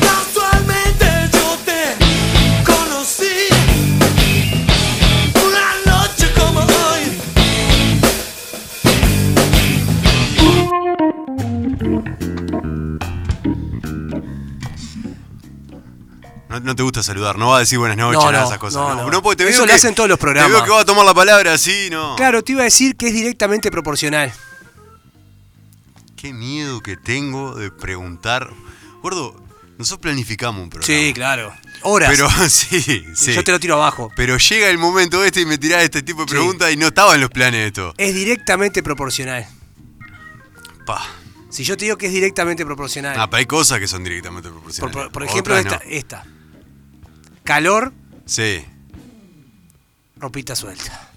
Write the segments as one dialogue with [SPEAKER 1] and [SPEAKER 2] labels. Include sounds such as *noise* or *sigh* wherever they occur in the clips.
[SPEAKER 1] Casualmente yo te conocí una noche como hoy.
[SPEAKER 2] No, no te gusta saludar, no va a decir buenas noches,
[SPEAKER 3] No,
[SPEAKER 2] nada de
[SPEAKER 3] no,
[SPEAKER 2] esas cosas.
[SPEAKER 3] no,
[SPEAKER 2] No,
[SPEAKER 3] no.
[SPEAKER 2] No, porque te veo
[SPEAKER 3] Eso lo
[SPEAKER 2] que-
[SPEAKER 3] hacen todos los
[SPEAKER 2] Te
[SPEAKER 3] programas.
[SPEAKER 2] veo que va a tomar la palabra así, no.
[SPEAKER 3] Claro, te iba a decir que es directamente proporcional.
[SPEAKER 2] Qué miedo que tengo de preguntar. Gordo, nosotros planificamos un programa.
[SPEAKER 3] Sí, claro. Horas.
[SPEAKER 2] Pero *laughs* sí, sí.
[SPEAKER 3] Yo te lo tiro abajo.
[SPEAKER 2] Pero llega el momento este y me tirás este tipo de
[SPEAKER 3] Sí.
[SPEAKER 2] preguntas y no estaba en los planes esto.
[SPEAKER 3] Es directamente proporcional.
[SPEAKER 2] Pa.
[SPEAKER 3] Si yo te digo que es directamente proporcional.
[SPEAKER 2] Ah, pero hay cosas que son directamente
[SPEAKER 3] por,
[SPEAKER 2] proporcionales.
[SPEAKER 3] por- por ejemplo,
[SPEAKER 2] Otras no.
[SPEAKER 3] esta, esta. Calor,
[SPEAKER 2] Sí.
[SPEAKER 3] ropita suelta.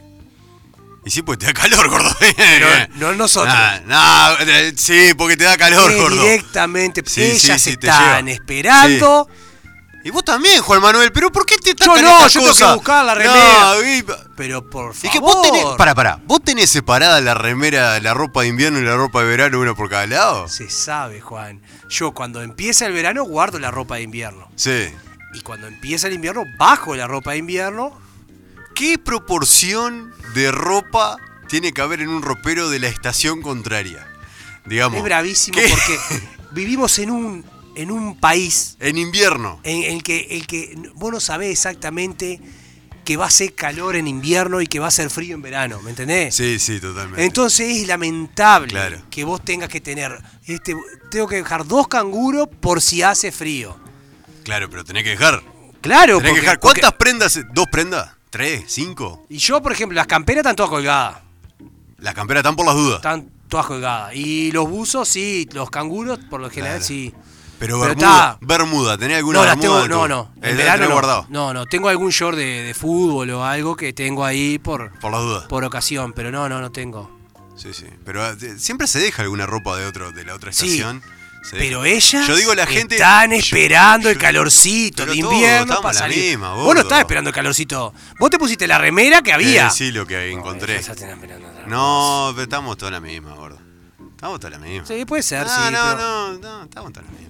[SPEAKER 2] Y sí, pues te da calor, gordo. *laughs*
[SPEAKER 3] Pero no nosotros.
[SPEAKER 2] Nah, nah, eh, sí, porque te da calor,
[SPEAKER 3] es
[SPEAKER 2] gordo.
[SPEAKER 3] directamente.
[SPEAKER 2] Sí,
[SPEAKER 3] ellas
[SPEAKER 2] sí, sí, te
[SPEAKER 3] están
[SPEAKER 2] lleva.
[SPEAKER 3] esperando.
[SPEAKER 2] Y vos también, Juan Manuel, pero ¿por qué te estás
[SPEAKER 3] Yo no, yo tengo que buscar la remera.
[SPEAKER 2] No, y-
[SPEAKER 3] Pero por favor.
[SPEAKER 2] Es que vos tenés. Pará, pará. ¿Vos tenés separada la remera, la ropa de invierno y la ropa de verano, una por cada lado?
[SPEAKER 3] Se sabe, Juan. Yo cuando empieza el verano guardo la ropa de invierno.
[SPEAKER 2] Sí.
[SPEAKER 3] Y cuando empieza el invierno bajo la ropa de invierno.
[SPEAKER 2] ¿Qué proporción de ropa tiene que haber en un ropero de la estación contraria? Digamos.
[SPEAKER 3] Es bravísimo
[SPEAKER 2] ¿qué?
[SPEAKER 3] porque vivimos en un, en un país
[SPEAKER 2] En invierno.
[SPEAKER 3] en el que, el que vos no sabés exactamente que va a ser calor en invierno y que va a ser frío en verano, ¿me entendés?
[SPEAKER 2] Sí, sí, totalmente.
[SPEAKER 3] Entonces es lamentable
[SPEAKER 2] Claro.
[SPEAKER 3] que vos tengas que tener, este, tengo que dejar dos canguros por si hace frío.
[SPEAKER 2] claro, pero tenés que dejar.
[SPEAKER 3] Claro,
[SPEAKER 2] Tenés que
[SPEAKER 3] porque-
[SPEAKER 2] dejar.
[SPEAKER 3] porque-
[SPEAKER 2] ¿Cuántas prendas? ¿Dos prendas? ¿Tres? ¿Cinco?
[SPEAKER 3] Y yo, por ejemplo, las camperas están todas colgadas.
[SPEAKER 2] Las camperas están por las dudas.
[SPEAKER 3] Están todas colgadas. Y los buzos, sí. Los canguros, por lo general,
[SPEAKER 2] Claro.
[SPEAKER 3] sí.
[SPEAKER 2] Pero
[SPEAKER 3] Pero
[SPEAKER 2] Bermuda,
[SPEAKER 3] está-
[SPEAKER 2] Bermuda, ¿tenés alguna
[SPEAKER 3] No, las
[SPEAKER 2] Bermuda?
[SPEAKER 3] tengo,
[SPEAKER 2] en tu-
[SPEAKER 3] no, no.
[SPEAKER 2] Eh,
[SPEAKER 3] En
[SPEAKER 2] la
[SPEAKER 3] verano
[SPEAKER 2] tenés
[SPEAKER 3] no.
[SPEAKER 2] guardado.
[SPEAKER 3] No, no. Tengo algún short de, de fútbol o algo que tengo ahí por,
[SPEAKER 2] Por las dudas.
[SPEAKER 3] por ocasión, pero no, no, no tengo.
[SPEAKER 2] Sí, sí. Pero eh, siempre se deja alguna ropa de otro, de la otra
[SPEAKER 3] Sí,
[SPEAKER 2] estación. Se deja.
[SPEAKER 3] Pero ellas
[SPEAKER 2] Eh, Yo digo la gente.
[SPEAKER 3] están
[SPEAKER 2] yo-
[SPEAKER 3] esperando el
[SPEAKER 2] yo-
[SPEAKER 3] calorcito
[SPEAKER 2] pero
[SPEAKER 3] de
[SPEAKER 2] todos
[SPEAKER 3] invierno
[SPEAKER 2] estamos
[SPEAKER 3] para
[SPEAKER 2] la
[SPEAKER 3] salir.
[SPEAKER 2] misma,
[SPEAKER 3] Vos no
[SPEAKER 2] gordo.
[SPEAKER 3] estás esperando el calorcito. Vos te pusiste la remera que había.
[SPEAKER 2] Eh, sí, lo que encontré.
[SPEAKER 3] Ellas están esperando otra
[SPEAKER 2] No, pero estamos todas la misma, gordo. Estamos todas la misma.
[SPEAKER 3] cosa. Sí, puede ser,
[SPEAKER 2] no,
[SPEAKER 3] sí.
[SPEAKER 2] no,
[SPEAKER 3] pero
[SPEAKER 2] no, no, estamos todas la misma.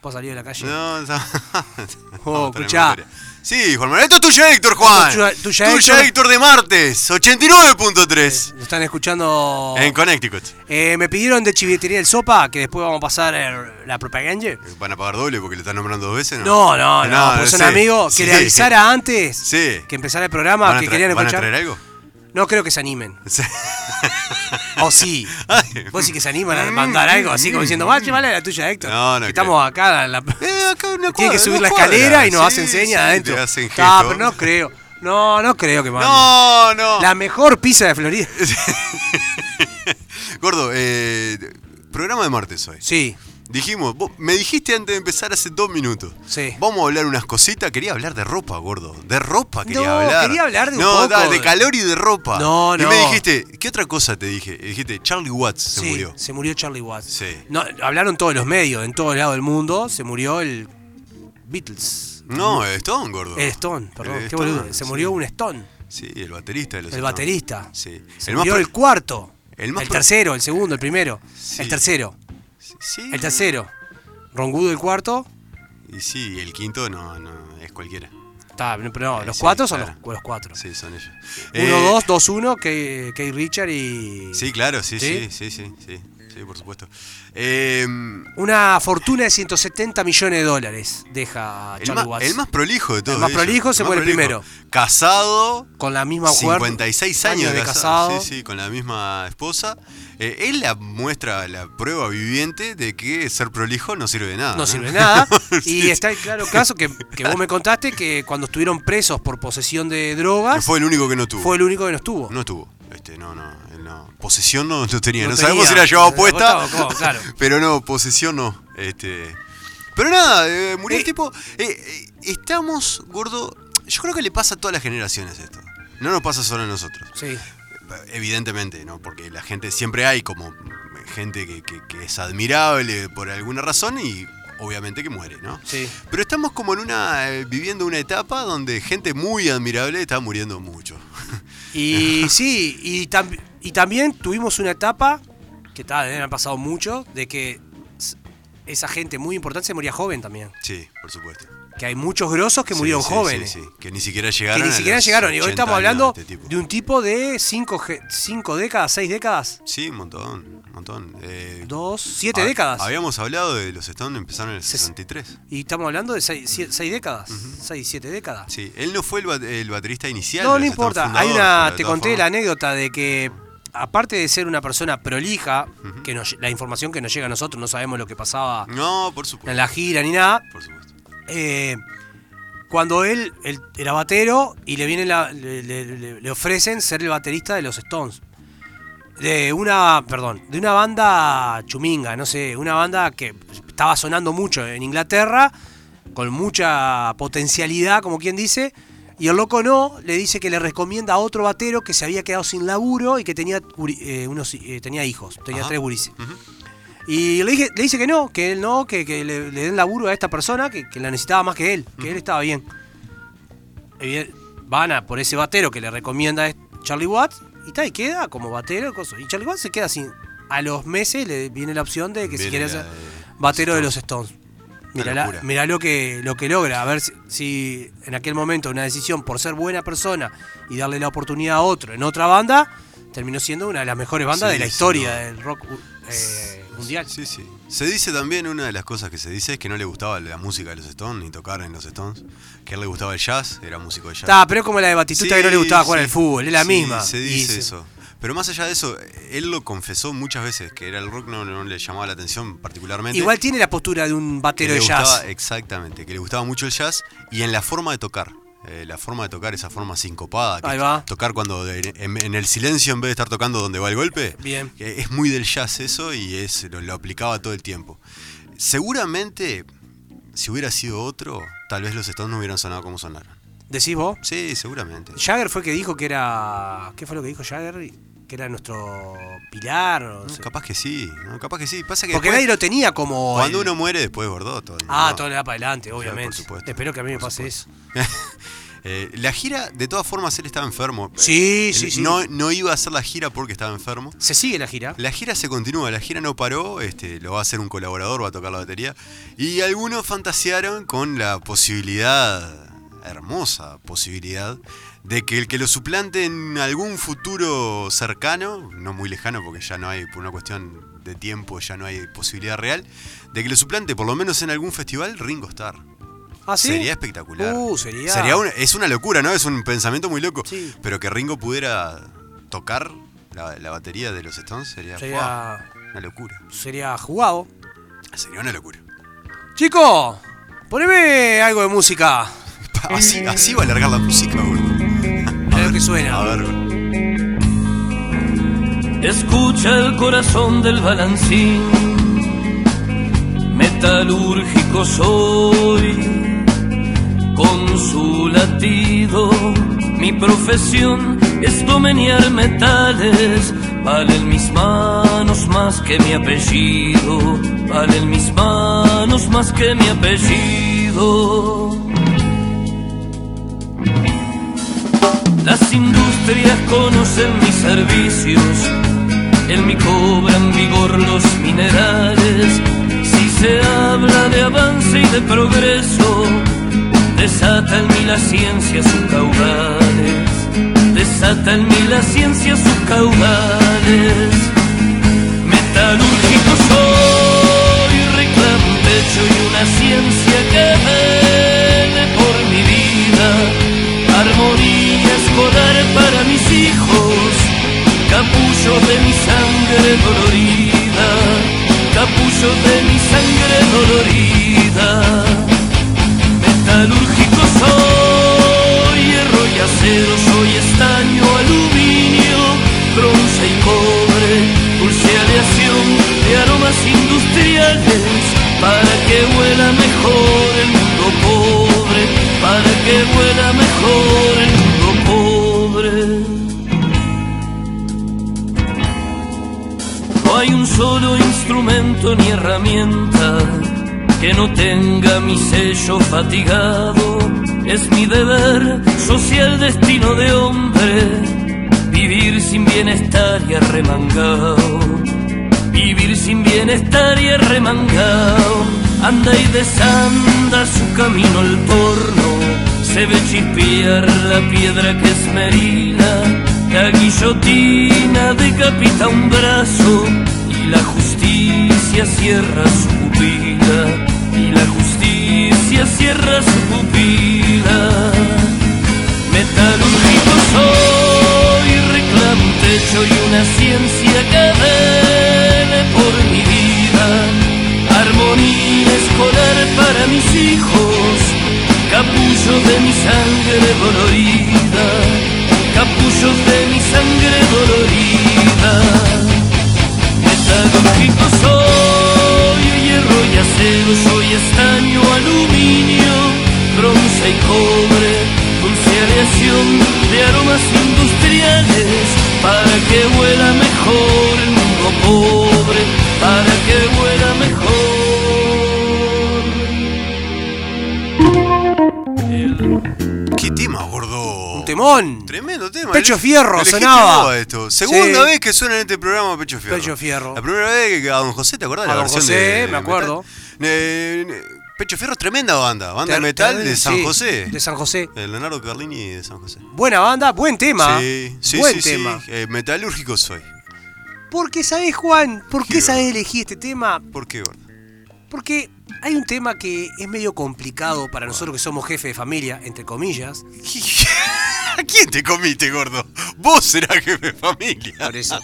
[SPEAKER 3] Vos salís de la calle.
[SPEAKER 2] No, *laughs* estamos. estamos
[SPEAKER 3] Oh,
[SPEAKER 2] todas la
[SPEAKER 3] escuchá.
[SPEAKER 2] misma historia. Sí, Juan Manuel, esto es tuyo, Héctor, Juan.
[SPEAKER 3] Esto es tuya- tuya,
[SPEAKER 2] Tuya,
[SPEAKER 3] Héctor.
[SPEAKER 2] Héctor, de martes, 89.3.
[SPEAKER 3] Lo están escuchando.
[SPEAKER 2] En Connecticut.
[SPEAKER 3] Eh, me pidieron de Chivetería del Sopa, que después vamos a pasar eh, la propaganda.
[SPEAKER 2] ¿Van a pagar doble porque le están nombrando dos veces?
[SPEAKER 3] No, no, no, porque son
[SPEAKER 2] sí,
[SPEAKER 3] amigos que
[SPEAKER 2] sí.
[SPEAKER 3] le avisara antes
[SPEAKER 2] Sí.
[SPEAKER 3] que empezara el
[SPEAKER 2] *laughs* ¿Van
[SPEAKER 3] programa,
[SPEAKER 2] a
[SPEAKER 3] que
[SPEAKER 2] tra-
[SPEAKER 3] querían
[SPEAKER 2] ¿Van a
[SPEAKER 3] escuchar.
[SPEAKER 2] traer algo?
[SPEAKER 3] No creo que se animen.
[SPEAKER 2] Sí. *laughs*
[SPEAKER 3] O sí.
[SPEAKER 2] Ay.
[SPEAKER 3] Vos sí que se animan a mandar algo así como diciendo, vale, vale la tuya, Héctor.
[SPEAKER 2] No, no
[SPEAKER 3] Estamos
[SPEAKER 2] creo.
[SPEAKER 3] acá. en La... *laughs*
[SPEAKER 2] Eh, acá una
[SPEAKER 3] Tienen que
[SPEAKER 2] cuadra,
[SPEAKER 3] subir
[SPEAKER 2] una
[SPEAKER 3] la
[SPEAKER 2] cuadra.
[SPEAKER 3] escalera y nos
[SPEAKER 2] Sí,
[SPEAKER 3] hacen señas
[SPEAKER 2] sí,
[SPEAKER 3] adentro.
[SPEAKER 2] te hacen
[SPEAKER 3] Ah,
[SPEAKER 2] gesto.
[SPEAKER 3] pero no creo. No, no creo que manden.
[SPEAKER 2] No, no.
[SPEAKER 3] La mejor pizza
[SPEAKER 2] *laughs*
[SPEAKER 3] de Florida.
[SPEAKER 2] Gordo, eh, programa de martes hoy.
[SPEAKER 3] Sí.
[SPEAKER 2] Dijimos, vos- me dijiste antes de empezar hace dos minutos.
[SPEAKER 3] Sí.
[SPEAKER 2] Vamos a hablar unas cositas. Quería hablar de ropa, gordo. De ropa quería
[SPEAKER 3] No,
[SPEAKER 2] hablar.
[SPEAKER 3] quería hablar de un
[SPEAKER 2] no,
[SPEAKER 3] poco
[SPEAKER 2] da, de
[SPEAKER 3] de-
[SPEAKER 2] calor y de ropa.
[SPEAKER 3] No,
[SPEAKER 2] Y
[SPEAKER 3] no.
[SPEAKER 2] me dijiste, ¿qué otra cosa te dije? Y dijiste, Charlie Watts se
[SPEAKER 3] sí,
[SPEAKER 2] murió.
[SPEAKER 3] Se murió Charlie Watts.
[SPEAKER 2] Sí.
[SPEAKER 3] No, hablaron todos los medios, en todo el lado del mundo. Se murió el Beatles.
[SPEAKER 2] No, el Stone, gordo.
[SPEAKER 3] El Stone, perdón.
[SPEAKER 2] Oh. El
[SPEAKER 3] qué
[SPEAKER 2] Stone,
[SPEAKER 3] boludo. Se
[SPEAKER 2] sí.
[SPEAKER 3] murió un Stone.
[SPEAKER 2] Sí, el baterista de los
[SPEAKER 3] El
[SPEAKER 2] Stones.
[SPEAKER 3] baterista.
[SPEAKER 2] Sí.
[SPEAKER 3] Se
[SPEAKER 2] El más
[SPEAKER 3] murió
[SPEAKER 2] pro-
[SPEAKER 3] el cuarto.
[SPEAKER 2] el
[SPEAKER 3] El,
[SPEAKER 2] más pro-
[SPEAKER 3] tercero, el segundo, el primero.
[SPEAKER 2] Sí.
[SPEAKER 3] El tercero.
[SPEAKER 2] Sí.
[SPEAKER 3] El tercero. Rongudo el cuarto.
[SPEAKER 2] Y sí, el quinto no, no es cualquiera.
[SPEAKER 3] Está, no, pero no, los
[SPEAKER 2] Eh, Sí,
[SPEAKER 3] cuatro son
[SPEAKER 2] claro.
[SPEAKER 3] los, los cuatro.
[SPEAKER 2] Sí, son ellos.
[SPEAKER 3] Uno,
[SPEAKER 2] Eh,
[SPEAKER 3] dos, dos, uno, Kay, Kay Richard y.
[SPEAKER 2] Sí, claro, sí, sí,
[SPEAKER 3] ¿Sí?
[SPEAKER 2] sí, sí, sí, sí, por supuesto. Eh, el,
[SPEAKER 3] Una fortuna de 170 millones de dólares deja Charlie
[SPEAKER 2] más,
[SPEAKER 3] Watts.
[SPEAKER 2] el más prolijo de todos.
[SPEAKER 3] El más
[SPEAKER 2] ellos,
[SPEAKER 3] prolijo se muere
[SPEAKER 2] prolijo.
[SPEAKER 3] primero.
[SPEAKER 2] Casado,
[SPEAKER 3] Con la misma mujer.
[SPEAKER 2] 56 años
[SPEAKER 3] de
[SPEAKER 2] casado,
[SPEAKER 3] casado.
[SPEAKER 2] Sí, sí, con la misma esposa. Eh, es la muestra, la prueba viviente de que ser prolijo no sirve de nada.
[SPEAKER 3] No sirve de
[SPEAKER 2] *laughs*
[SPEAKER 3] nada.
[SPEAKER 2] Ah. Sí,
[SPEAKER 3] Y está el claro caso que, que vos me contaste que cuando estuvieron presos por posesión de
[SPEAKER 2] que
[SPEAKER 3] drogas, fue,
[SPEAKER 2] fue el único que no tuvo.
[SPEAKER 3] el único que no estuvo.
[SPEAKER 2] No estuvo. Este, no, no, él no. Posesión no, no tenía. No,
[SPEAKER 3] No
[SPEAKER 2] sabemos
[SPEAKER 3] tenía.
[SPEAKER 2] si la llevaba
[SPEAKER 3] No,
[SPEAKER 2] puesta.
[SPEAKER 3] no, no, claro.
[SPEAKER 2] Pero no, posesión no. Este. Pero nada, eh, murió el
[SPEAKER 3] Eh.
[SPEAKER 2] tipo. Eh, eh, estamos, gordo. Yo creo que le pasa a todas las generaciones esto. No nos pasa solo a nosotros.
[SPEAKER 3] *laughs* Sí.
[SPEAKER 2] Evidentemente, ¿no? Porque la gente siempre hay como gente que, que- que es admirable por alguna razón y obviamente que muere, ¿no?
[SPEAKER 3] Sí.
[SPEAKER 2] Pero estamos como en una. eh, viviendo una etapa donde gente muy admirable está muriendo mucho.
[SPEAKER 3] Y sí, y, tam- y también tuvimos una etapa, que tal, han pasado mucho, de que s- esa gente muy importante se moría joven también.
[SPEAKER 2] Sí, por supuesto.
[SPEAKER 3] Que hay muchos grosos que
[SPEAKER 2] Sí,
[SPEAKER 3] murieron
[SPEAKER 2] sí,
[SPEAKER 3] jóvenes.
[SPEAKER 2] sí, sí, Que ni siquiera
[SPEAKER 3] Que
[SPEAKER 2] llegaron.
[SPEAKER 3] ni
[SPEAKER 2] a
[SPEAKER 3] siquiera
[SPEAKER 2] los
[SPEAKER 3] llegaron. Y hoy
[SPEAKER 2] 80
[SPEAKER 3] estamos
[SPEAKER 2] años
[SPEAKER 3] hablando
[SPEAKER 2] este tipo.
[SPEAKER 3] de un tipo de 5 décadas, 6 décadas,
[SPEAKER 2] Sí, un montón, un montón. Eh,
[SPEAKER 3] 2, 7
[SPEAKER 2] ha-
[SPEAKER 3] décadas.
[SPEAKER 2] Habíamos hablado de los Stones empezaron en el
[SPEAKER 3] Ses-
[SPEAKER 2] 63.
[SPEAKER 3] Y estamos hablando de 6 décadas, 6, 7 décadas.
[SPEAKER 2] Sí, él no fue el, ba- el baterista inicial.
[SPEAKER 3] No,
[SPEAKER 2] de
[SPEAKER 3] no
[SPEAKER 2] los Stones
[SPEAKER 3] importa. Hay
[SPEAKER 2] fundador, pero
[SPEAKER 3] una,
[SPEAKER 2] de
[SPEAKER 3] te
[SPEAKER 2] todas
[SPEAKER 3] conté la
[SPEAKER 2] formas-
[SPEAKER 3] anécdota de que, aparte de ser una persona prolija, que nos- la información que nos llega a nosotros, no sabemos lo que pasaba
[SPEAKER 2] No, por supuesto.
[SPEAKER 3] en la gira ni nada,
[SPEAKER 2] Por supuesto.
[SPEAKER 3] eh, cuando él, él era batero y le, vienen la- le, le- le- le ofrecen ser el baterista de los Stones. De una, perdón, de una banda chuminga, no sé, una banda que estaba sonando mucho en Inglaterra, con mucha potencialidad, como quien dice, y el loco no, le dice que le recomienda a otro batero que se había quedado sin laburo y que tenía, guri- eh, unos, eh, tenía hijos, tenía
[SPEAKER 2] Ajá.
[SPEAKER 3] tres gurises. Y le, dije, le dice que no, que él no, que, que le, le den laburo a esta persona que, que la necesitaba más que él, que él estaba bien. Evide- Van a por ese batero que le recomienda es Charlie Watts y tal, y queda como batero. coso. Y Charlie Watts se queda sin. A los meses le viene la opción de que si
[SPEAKER 2] Viene
[SPEAKER 3] quiere
[SPEAKER 2] la
[SPEAKER 3] ser
[SPEAKER 2] de
[SPEAKER 3] batero de los Stones.
[SPEAKER 2] Una
[SPEAKER 3] Mirá, la-
[SPEAKER 2] locura.
[SPEAKER 3] mirá lo, que, lo que logra, a ver si, si en aquel momento una decisión por ser buena persona y darle la oportunidad a otro en otra banda, terminó siendo una de las mejores bandas
[SPEAKER 2] Sí,
[SPEAKER 3] de la
[SPEAKER 2] sin
[SPEAKER 3] historia
[SPEAKER 2] duda.
[SPEAKER 3] del rock uh, eh, mundial.
[SPEAKER 2] Sí, sí. Se dice también, una de las cosas que se dice es que no le gustaba la música de los Stones, ni tocar en los Stones. Que a él le gustaba el jazz, era músico de jazz.
[SPEAKER 3] Está, pero es como la de Batistuta que no le gustaba jugar
[SPEAKER 2] sí.
[SPEAKER 3] al fútbol, es la
[SPEAKER 2] Sí,
[SPEAKER 3] misma.
[SPEAKER 2] Se
[SPEAKER 3] Y
[SPEAKER 2] dice
[SPEAKER 3] se-
[SPEAKER 2] eso. Pero más allá de eso, él lo confesó muchas veces, que era el rock no, no le llamaba la atención particularmente.
[SPEAKER 3] Igual tiene la postura de un
[SPEAKER 2] que
[SPEAKER 3] batero
[SPEAKER 2] le
[SPEAKER 3] de jazz.
[SPEAKER 2] gustaba- eh. exactamente, que le gustaba mucho el jazz y en la forma de tocar. Eh, la forma de tocar, esa forma sincopada. Que
[SPEAKER 3] Ahí va.
[SPEAKER 2] Tocar cuando de- en, en el silencio en vez de estar tocando donde va el golpe.
[SPEAKER 3] Bien.
[SPEAKER 2] Que es muy del jazz eso y es, lo, lo aplicaba todo el tiempo. Seguramente, si hubiera sido otro, tal vez los Stones no hubieran sonado como sonaron.
[SPEAKER 3] ¿Decís vos?
[SPEAKER 2] Sí, seguramente.
[SPEAKER 3] Jagger fue que dijo que era. ¿Qué fue lo que dijo Jagger? Que era nuestro pilar. o
[SPEAKER 2] No,
[SPEAKER 3] sea.
[SPEAKER 2] Capaz que sí, ¿no? capaz que sí. Pasa que
[SPEAKER 3] Porque
[SPEAKER 2] después,
[SPEAKER 3] nadie lo tenía como.
[SPEAKER 2] cuando
[SPEAKER 3] el-
[SPEAKER 2] uno muere, después bordó todo.
[SPEAKER 3] Ah,
[SPEAKER 2] ¿no?
[SPEAKER 3] todo le da para adelante, obviamente.
[SPEAKER 2] supuesto.
[SPEAKER 3] Espero que a mí me
[SPEAKER 2] Por
[SPEAKER 3] pase
[SPEAKER 2] supuesto. Eh, la gira, de todas formas, él estaba enfermo.
[SPEAKER 3] eso. Sí,
[SPEAKER 2] Él
[SPEAKER 3] sí, sí.
[SPEAKER 2] No, no iba a hacer la gira porque estaba enfermo.
[SPEAKER 3] Se sigue la gira.
[SPEAKER 2] La gira se continúa, la gira no paró, este, lo va a hacer un colaborador, va a tocar la batería. Y algunos fantasearon con la posibilidad, hermosa posibilidad, de que el que lo suplante en algún futuro cercano, no muy lejano porque ya no hay, por una cuestión de tiempo, ya no hay posibilidad real, de que lo suplante, por lo menos en algún festival, Ringo Starr.
[SPEAKER 3] Ah, sí.
[SPEAKER 2] Sería espectacular.
[SPEAKER 3] Uh, sería-
[SPEAKER 2] una- es una locura, ¿no? Es un pensamiento muy loco.
[SPEAKER 3] Sí.
[SPEAKER 2] Pero que Ringo pudiera tocar la, la batería de los Stones sería, ¡guau!
[SPEAKER 3] Sería,
[SPEAKER 2] una locura.
[SPEAKER 3] sería jugado.
[SPEAKER 2] Sería una locura.
[SPEAKER 3] Chico, poneme algo de música.
[SPEAKER 2] Pa, *laughs* Así, así va a alargar la música, gordo.
[SPEAKER 3] Mirá lo que
[SPEAKER 2] *laughs*
[SPEAKER 3] suena.
[SPEAKER 2] A ver, gordo.
[SPEAKER 4] Escucha el corazón del balancín, metalúrgico soy, con su latido, mi profesión es domeñar metales, valen mis manos más que mi apellido, valen mis manos más que mi apellido. Las industrias conocen mis servicios, en mí cobran vigor los minerales. Si se habla de avance y de progreso, desata en mí la ciencia sus caudales. Desata en mí la ciencia sus caudales. Metalúrgico soy, reclamo un techo y una ciencia que vele por mi vida. Armonía escolar para mis hijos, capullo de mi sangre dolorida, capullo de mi sangre dolorida. Metalúrgico soy, hierro y acero, soy estaño, aluminio, bronce y cobre, dulce aleación de aromas industriales, para que huela mejor el mundo pobre, para que huela mejor el mundo pobre. No hay un solo instrumento ni herramienta que no tenga mi sello fatigado. Es mi deber social, destino de hombre, vivir sin bienestar y arremangado. Vivir sin bienestar y arremangado. Anda y desanda su camino el torno. Se ve chispear la piedra que esmerila, la guillotina decapita un brazo y la justicia cierra su pupila, y la justicia cierra su pupila. Metalúrgico soy, reclamo un techo y una ciencia que vele por mi vida, armonía escolar para mis hijos capullo de mi sangre dolorida, capullo de mi sangre dolorida. Metalúrgico soy, hierro y acero, soy estaño, aluminio, bronce y cobre, dulceación de aromas industriales, para que huela mejor el mundo pobre, para que huela mejor.
[SPEAKER 2] ¿Qué tema, gordo?
[SPEAKER 3] Un temón.
[SPEAKER 2] Tremendo tema.
[SPEAKER 3] Pecho
[SPEAKER 2] Eleg-
[SPEAKER 3] Fierro
[SPEAKER 2] elegiste
[SPEAKER 3] sonaba.
[SPEAKER 2] vos esto. Segunda
[SPEAKER 3] Sí.
[SPEAKER 2] vez que suena en este programa Pecho Fierro.
[SPEAKER 3] Pecho Fierro.
[SPEAKER 2] La primera vez que a Don José, ¿te acordás? de
[SPEAKER 3] A
[SPEAKER 2] la
[SPEAKER 3] Don
[SPEAKER 2] versión
[SPEAKER 3] José,
[SPEAKER 2] de- de
[SPEAKER 3] me acuerdo.
[SPEAKER 2] metal? Eh, eh, Pecho Fierro es tremenda banda. Banda de
[SPEAKER 3] Ter-
[SPEAKER 2] metal
[SPEAKER 3] ter-
[SPEAKER 2] de San
[SPEAKER 3] sí,
[SPEAKER 2] José.
[SPEAKER 3] De San José.
[SPEAKER 2] De Eh, Leonardo Carlini de San José.
[SPEAKER 3] Buena banda, buen tema.
[SPEAKER 2] Sí, sí,
[SPEAKER 3] buen
[SPEAKER 2] sí, sí.
[SPEAKER 3] tema.
[SPEAKER 2] Eh, metalúrgico soy.
[SPEAKER 3] ¿Por qué sabés, Juan? ¿Por
[SPEAKER 2] Sí,
[SPEAKER 3] qué sabés elegir este tema?
[SPEAKER 2] ¿Por qué, gordo? *laughs*
[SPEAKER 3] Porque hay un tema que es medio complicado para nosotros que somos jefe de familia, entre comillas.
[SPEAKER 2] ¿A quién te comiste, gordo? Vos serás jefe de familia. *laughs*
[SPEAKER 3] Por eso.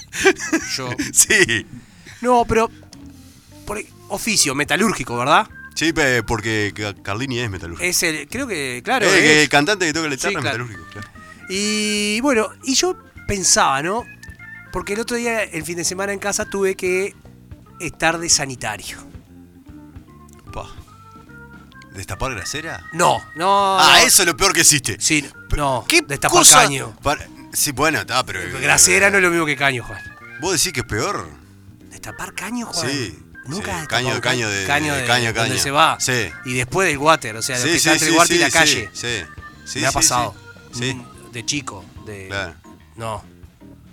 [SPEAKER 3] Yo.
[SPEAKER 2] Sí.
[SPEAKER 3] No, pero. por ahí- oficio metalúrgico, ¿verdad?
[SPEAKER 2] Sí, pe- porque Ca- Carlini es metalúrgico.
[SPEAKER 3] Es el. Creo que. Eh, Claro.
[SPEAKER 2] Eh,
[SPEAKER 3] es-
[SPEAKER 2] que el cantante que toca la guitarra
[SPEAKER 3] Sí, claro.
[SPEAKER 2] es metalúrgico. claro.
[SPEAKER 3] Y bueno, y yo pensaba, ¿no? Porque el otro día, el fin de semana en casa, tuve que estar de sanitario.
[SPEAKER 2] Pa. ¿Destapar grasera?
[SPEAKER 3] No, no.
[SPEAKER 2] Ah,
[SPEAKER 3] no.
[SPEAKER 2] eso es lo peor que existe.
[SPEAKER 3] Sí, no.
[SPEAKER 2] ¿Qué
[SPEAKER 3] destapar
[SPEAKER 2] cosa?
[SPEAKER 3] caño.
[SPEAKER 2] Para- Sí, bueno, está, pero. eh,
[SPEAKER 3] Grasera no es lo mismo que caño, Juan.
[SPEAKER 2] ¿Vos decís que es peor?
[SPEAKER 3] ¿Destapar caño, Juan?
[SPEAKER 2] Sí, sí,
[SPEAKER 3] Nunca has
[SPEAKER 2] caño,
[SPEAKER 3] destapado un
[SPEAKER 2] caño de-
[SPEAKER 3] caño
[SPEAKER 2] de-
[SPEAKER 3] de-
[SPEAKER 2] caño,
[SPEAKER 3] donde
[SPEAKER 2] caño.
[SPEAKER 3] se va.
[SPEAKER 2] Sí.
[SPEAKER 3] Y después del water, o sea, lo que está entre el water y la
[SPEAKER 2] sí,
[SPEAKER 3] calle.
[SPEAKER 2] Sí, sí.
[SPEAKER 3] Me ha
[SPEAKER 2] sí,
[SPEAKER 3] pasado.
[SPEAKER 2] Sí. sí.
[SPEAKER 3] Mm, De chico. De...
[SPEAKER 2] Claro.
[SPEAKER 3] No.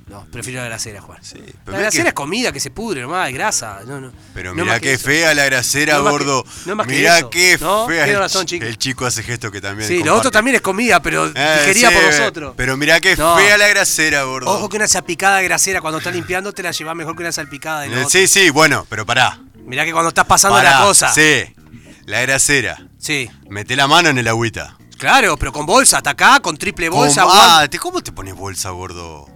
[SPEAKER 3] No, prefiero la grasera, Juan.
[SPEAKER 2] Sí, pero
[SPEAKER 3] la
[SPEAKER 2] mirá
[SPEAKER 3] grasera
[SPEAKER 2] que-
[SPEAKER 3] es comida que se pudre nomás, hay grasa. No, no.
[SPEAKER 2] Pero
[SPEAKER 3] No
[SPEAKER 2] mirá
[SPEAKER 3] más que
[SPEAKER 2] qué
[SPEAKER 3] eso.
[SPEAKER 2] fea la grasera,
[SPEAKER 3] No más que-
[SPEAKER 2] gordo.
[SPEAKER 3] no más que
[SPEAKER 2] mirá
[SPEAKER 3] eso.
[SPEAKER 2] qué
[SPEAKER 3] No,
[SPEAKER 2] fea.
[SPEAKER 3] tiene
[SPEAKER 2] el
[SPEAKER 3] razón,
[SPEAKER 2] chi-
[SPEAKER 3] chico.
[SPEAKER 2] El chico hace gesto que también.
[SPEAKER 3] Sí, lo
[SPEAKER 2] comparte.
[SPEAKER 3] otro también es comida, pero
[SPEAKER 2] Eh,
[SPEAKER 3] digerida
[SPEAKER 2] sí,
[SPEAKER 3] por nosotros.
[SPEAKER 2] Pero mirá qué
[SPEAKER 3] No.
[SPEAKER 2] fea la grasera, gordo.
[SPEAKER 3] Ojo que una salpicada de grasera cuando estás limpiando te la llevas mejor que una salpicada de
[SPEAKER 2] Eh,
[SPEAKER 3] lo otro.
[SPEAKER 2] Sí, sí, bueno, pero pará.
[SPEAKER 3] Mirá que cuando estás pasando
[SPEAKER 2] pará,
[SPEAKER 3] la cosa.
[SPEAKER 2] Sí, la grasera.
[SPEAKER 3] Sí.
[SPEAKER 2] Meté la mano en el agüita.
[SPEAKER 3] Claro, pero con bolsa, hasta acá, con triple bolsa,
[SPEAKER 2] ¿Cómo,
[SPEAKER 3] guan-
[SPEAKER 2] ah, te- ¿cómo te pones bolsa, gordo?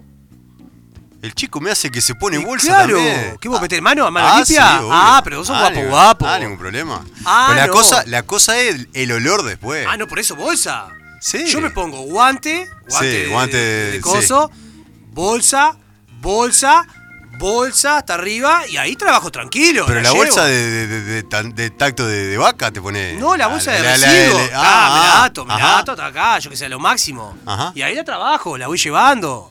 [SPEAKER 2] El chico me hace que se pone
[SPEAKER 3] Y
[SPEAKER 2] bolsa
[SPEAKER 3] claro,
[SPEAKER 2] también.
[SPEAKER 3] ¿qué vos metés, mano? ¿A mano limpia?
[SPEAKER 2] obvio.
[SPEAKER 3] Ah, pero vos sos guapo,
[SPEAKER 2] ningún-
[SPEAKER 3] guapo.
[SPEAKER 2] Ah, ningún problema.
[SPEAKER 3] Ah,
[SPEAKER 2] pero la,
[SPEAKER 3] no.
[SPEAKER 2] cosa, la cosa es el olor después.
[SPEAKER 3] Ah, no, por eso bolsa.
[SPEAKER 2] Sí.
[SPEAKER 3] Yo me pongo guante, guante,
[SPEAKER 2] Sí,
[SPEAKER 3] de-
[SPEAKER 2] guante
[SPEAKER 3] de,
[SPEAKER 2] de-
[SPEAKER 3] coso, bolsa, bolsa, bolsa hasta arriba y ahí trabajo tranquilo.
[SPEAKER 2] Pero la
[SPEAKER 3] llevo.
[SPEAKER 2] bolsa de, de- de- de tan- de tacto de, de vaca te pone.
[SPEAKER 3] No, la bolsa de residuos. Ah, me la ato, me la ato hasta acá, yo que sé, a lo máximo.
[SPEAKER 2] Ajá.
[SPEAKER 3] Y ahí la trabajo, la voy llevando,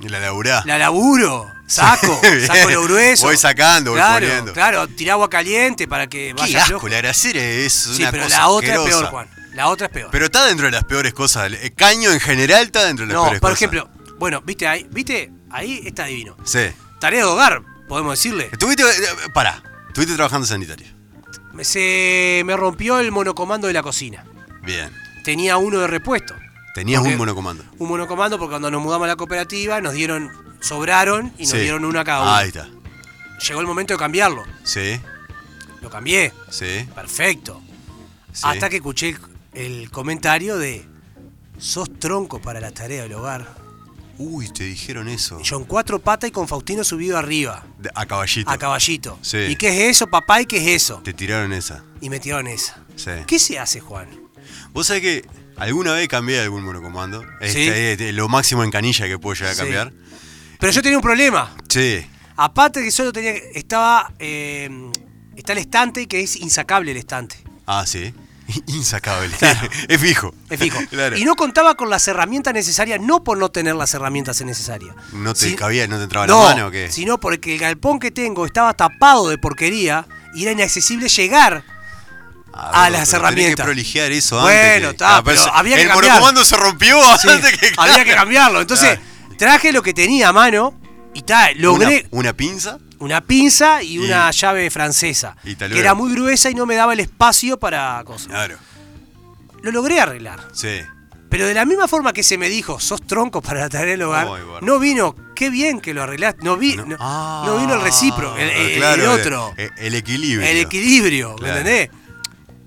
[SPEAKER 2] Y la laburá.
[SPEAKER 3] la laburo, saco,
[SPEAKER 2] *laughs* Bien.
[SPEAKER 3] saco lo grueso.
[SPEAKER 2] Voy sacando, voy
[SPEAKER 3] claro,
[SPEAKER 2] poniendo.
[SPEAKER 3] Claro, tirá agua caliente para que
[SPEAKER 2] Qué
[SPEAKER 3] vaya
[SPEAKER 2] asco,
[SPEAKER 3] flojo.
[SPEAKER 2] la grasera es
[SPEAKER 3] Sí,
[SPEAKER 2] una
[SPEAKER 3] pero
[SPEAKER 2] cosa
[SPEAKER 3] la otra es peor,
[SPEAKER 2] asquerosa.
[SPEAKER 3] Juan. La otra es peor.
[SPEAKER 2] Pero está dentro de las peores cosas. El caño en general está dentro de las
[SPEAKER 3] no, por
[SPEAKER 2] peores cosas.
[SPEAKER 3] ejemplo, bueno, viste ahí, viste, ahí está divino.
[SPEAKER 2] Sí.
[SPEAKER 3] Tarea de hogar, podemos decirle.
[SPEAKER 2] Estuviste. eh, Pará. Estuviste trabajando en sanitario.
[SPEAKER 3] Me- Se me rompió el monocomando de la cocina.
[SPEAKER 2] Bien.
[SPEAKER 3] Tenía uno de repuesto.
[SPEAKER 2] Tenías
[SPEAKER 3] Porque-
[SPEAKER 2] un monocomando.
[SPEAKER 3] Un monocomando porque cuando nos mudamos a la cooperativa nos dieron, sobraron y nos
[SPEAKER 2] Sí.
[SPEAKER 3] dieron uno a cada uno.
[SPEAKER 2] Ahí está.
[SPEAKER 3] Llegó el momento de cambiarlo.
[SPEAKER 2] Sí,
[SPEAKER 3] Lo cambié.
[SPEAKER 2] sí.
[SPEAKER 3] Perfecto.
[SPEAKER 2] sí.
[SPEAKER 3] Hasta que escuché el, el comentario de sos tronco para la tarea del hogar.
[SPEAKER 2] Uy, te dijeron eso.
[SPEAKER 3] Y Yo en cuatro patas y con Faustino subido arriba,
[SPEAKER 2] De- a caballito.
[SPEAKER 3] a caballito.
[SPEAKER 2] Sí.
[SPEAKER 3] ¿Y qué es eso, papá? ¿Y qué es eso?
[SPEAKER 2] Te tiraron esa.
[SPEAKER 3] Y me tiraron esa.
[SPEAKER 2] Sí.
[SPEAKER 3] ¿Qué se hace, Juan?
[SPEAKER 2] Vos sabés que alguna vez cambié algún monocomando. Este,
[SPEAKER 3] Sí.
[SPEAKER 2] este, lo máximo en canilla que puedo llegar a
[SPEAKER 3] Sí.
[SPEAKER 2] cambiar.
[SPEAKER 3] Pero yo tenía un problema.
[SPEAKER 2] Sí.
[SPEAKER 3] Aparte que solo tenía. Estaba. eh, está el estante que es insacable el estante.
[SPEAKER 2] Ah, sí. *laughs* Insacable.
[SPEAKER 3] Claro.
[SPEAKER 2] *laughs* es fijo.
[SPEAKER 3] Es fijo.
[SPEAKER 2] *laughs* Claro.
[SPEAKER 3] Y no contaba con las herramientas necesarias, no por no tener las herramientas necesarias.
[SPEAKER 2] ¿No te
[SPEAKER 3] Si-
[SPEAKER 2] cabía, no te entraba
[SPEAKER 3] No,
[SPEAKER 2] la mano o qué?
[SPEAKER 3] sino
[SPEAKER 2] *laughs*
[SPEAKER 3] porque el galpón que tengo estaba tapado de porquería y era inaccesible llegar A
[SPEAKER 2] Ah, pero
[SPEAKER 3] Ah, las
[SPEAKER 2] tenés
[SPEAKER 3] herramientas.
[SPEAKER 2] que prolijear eso antes.
[SPEAKER 3] Bueno,
[SPEAKER 2] que-
[SPEAKER 3] está,
[SPEAKER 2] Ah,
[SPEAKER 3] pero
[SPEAKER 2] se-
[SPEAKER 3] había que
[SPEAKER 2] El
[SPEAKER 3] cambiar.
[SPEAKER 2] monocomando se rompió
[SPEAKER 3] Sí,
[SPEAKER 2] antes que. *laughs*
[SPEAKER 3] había que cambiarlo. Entonces, traje lo que tenía a mano y tal,
[SPEAKER 2] Una,
[SPEAKER 3] logré
[SPEAKER 2] una pinza.
[SPEAKER 3] una, pinza y,
[SPEAKER 2] Y-
[SPEAKER 3] una llave francesa,
[SPEAKER 2] y tal
[SPEAKER 3] que
[SPEAKER 2] vez.
[SPEAKER 3] era muy gruesa y no me daba el espacio para cosas.
[SPEAKER 2] Claro.
[SPEAKER 3] Lo logré arreglar.
[SPEAKER 2] Sí.
[SPEAKER 3] Pero de la misma forma que se me dijo, sos tronco para la tarea del hogar,
[SPEAKER 2] Ay, bueno.
[SPEAKER 3] no vino, qué bien que lo arreglaste, no, vi, no,
[SPEAKER 2] Ah,
[SPEAKER 3] no vino el recíproco, el, el- el
[SPEAKER 2] claro,
[SPEAKER 3] otro,
[SPEAKER 2] El, el equilibrio.
[SPEAKER 3] el equilibrio, ¿me
[SPEAKER 2] Claro.
[SPEAKER 3] entendés?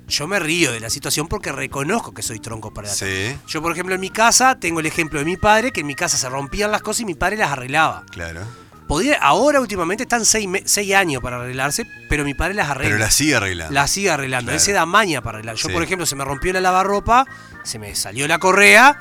[SPEAKER 3] Yo me río de la situación porque reconozco que soy tronco para la tarea.
[SPEAKER 2] Sí,
[SPEAKER 3] Yo, por ejemplo, en mi casa tengo el ejemplo de mi padre, que en mi casa se rompían las cosas y mi padre las arreglaba.
[SPEAKER 2] claro.
[SPEAKER 3] Podía, ahora últimamente están seis, me- seis años para arreglarse, pero mi padre las arregla.
[SPEAKER 2] Pero la sigue arreglando.
[SPEAKER 3] Las sigue arreglando. Él
[SPEAKER 2] Ah, Claro.
[SPEAKER 3] se da maña para arreglar. Yo,
[SPEAKER 2] Sí.
[SPEAKER 3] por ejemplo, se me rompió la lavarropa, se me salió la correa.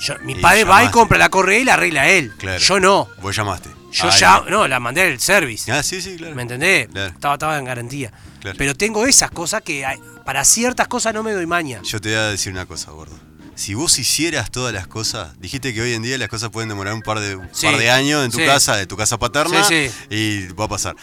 [SPEAKER 3] yo- mi
[SPEAKER 2] Y
[SPEAKER 3] padre va y
[SPEAKER 2] llamaste.
[SPEAKER 3] compra la correa y la arregla él.
[SPEAKER 2] Claro.
[SPEAKER 3] Yo no.
[SPEAKER 2] Vos llamaste.
[SPEAKER 3] Yo
[SPEAKER 2] Ay,
[SPEAKER 3] ya, no, la mandé al service.
[SPEAKER 2] Ah, sí, sí, claro.
[SPEAKER 3] ¿Me entendés?
[SPEAKER 2] Claro.
[SPEAKER 3] Estaba, estaba en garantía.
[SPEAKER 2] Claro.
[SPEAKER 3] Pero tengo esas cosas que hay- para ciertas cosas no me doy maña.
[SPEAKER 2] Yo te voy a decir una cosa, gordo. Si vos hicieras todas las cosas, dijiste que hoy en día las cosas pueden demorar un par de, un
[SPEAKER 3] Sí,
[SPEAKER 2] par de años en tu
[SPEAKER 3] sí.
[SPEAKER 2] casa, de tu casa paterna,
[SPEAKER 3] Sí, sí.
[SPEAKER 2] y va a pasar.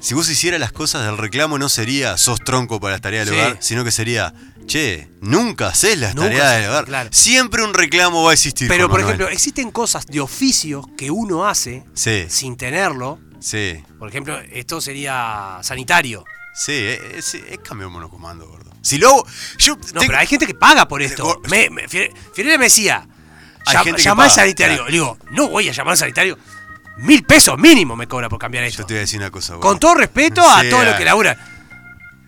[SPEAKER 2] Si vos hicieras las cosas, el reclamo no sería sos tronco para las tareas del
[SPEAKER 3] Sí.
[SPEAKER 2] hogar, sino que sería, che, nunca haces las
[SPEAKER 3] Nunca
[SPEAKER 2] tareas
[SPEAKER 3] haces,
[SPEAKER 2] del hogar.
[SPEAKER 3] claro.
[SPEAKER 2] Siempre un reclamo va a existir.
[SPEAKER 3] Pero,
[SPEAKER 2] Juan
[SPEAKER 3] por
[SPEAKER 2] Manuel.
[SPEAKER 3] ejemplo, existen cosas de oficios que uno hace
[SPEAKER 2] Sí,
[SPEAKER 3] sin tenerlo.
[SPEAKER 2] sí,
[SPEAKER 3] Por ejemplo, esto sería sanitario.
[SPEAKER 2] sí, es, es, es cambio de monocomando, gordo. Si luego, yo
[SPEAKER 3] No,
[SPEAKER 2] tengo-
[SPEAKER 3] pero hay gente que paga por esto.
[SPEAKER 2] Tengo-
[SPEAKER 3] Me, me, Fie- Fiorella me decía,
[SPEAKER 2] Hay
[SPEAKER 3] "Llam-
[SPEAKER 2] gente que
[SPEAKER 3] llamá al
[SPEAKER 2] paga,
[SPEAKER 3] sanitario.
[SPEAKER 2] claro.
[SPEAKER 3] Le digo, no voy a llamar al sanitario. Mil pesos mínimo me cobra por cambiar esto.
[SPEAKER 2] yo te voy a decir una cosa, gordo.
[SPEAKER 3] Con todo respeto a
[SPEAKER 2] Sí,
[SPEAKER 3] todo
[SPEAKER 2] a-
[SPEAKER 3] lo que labura.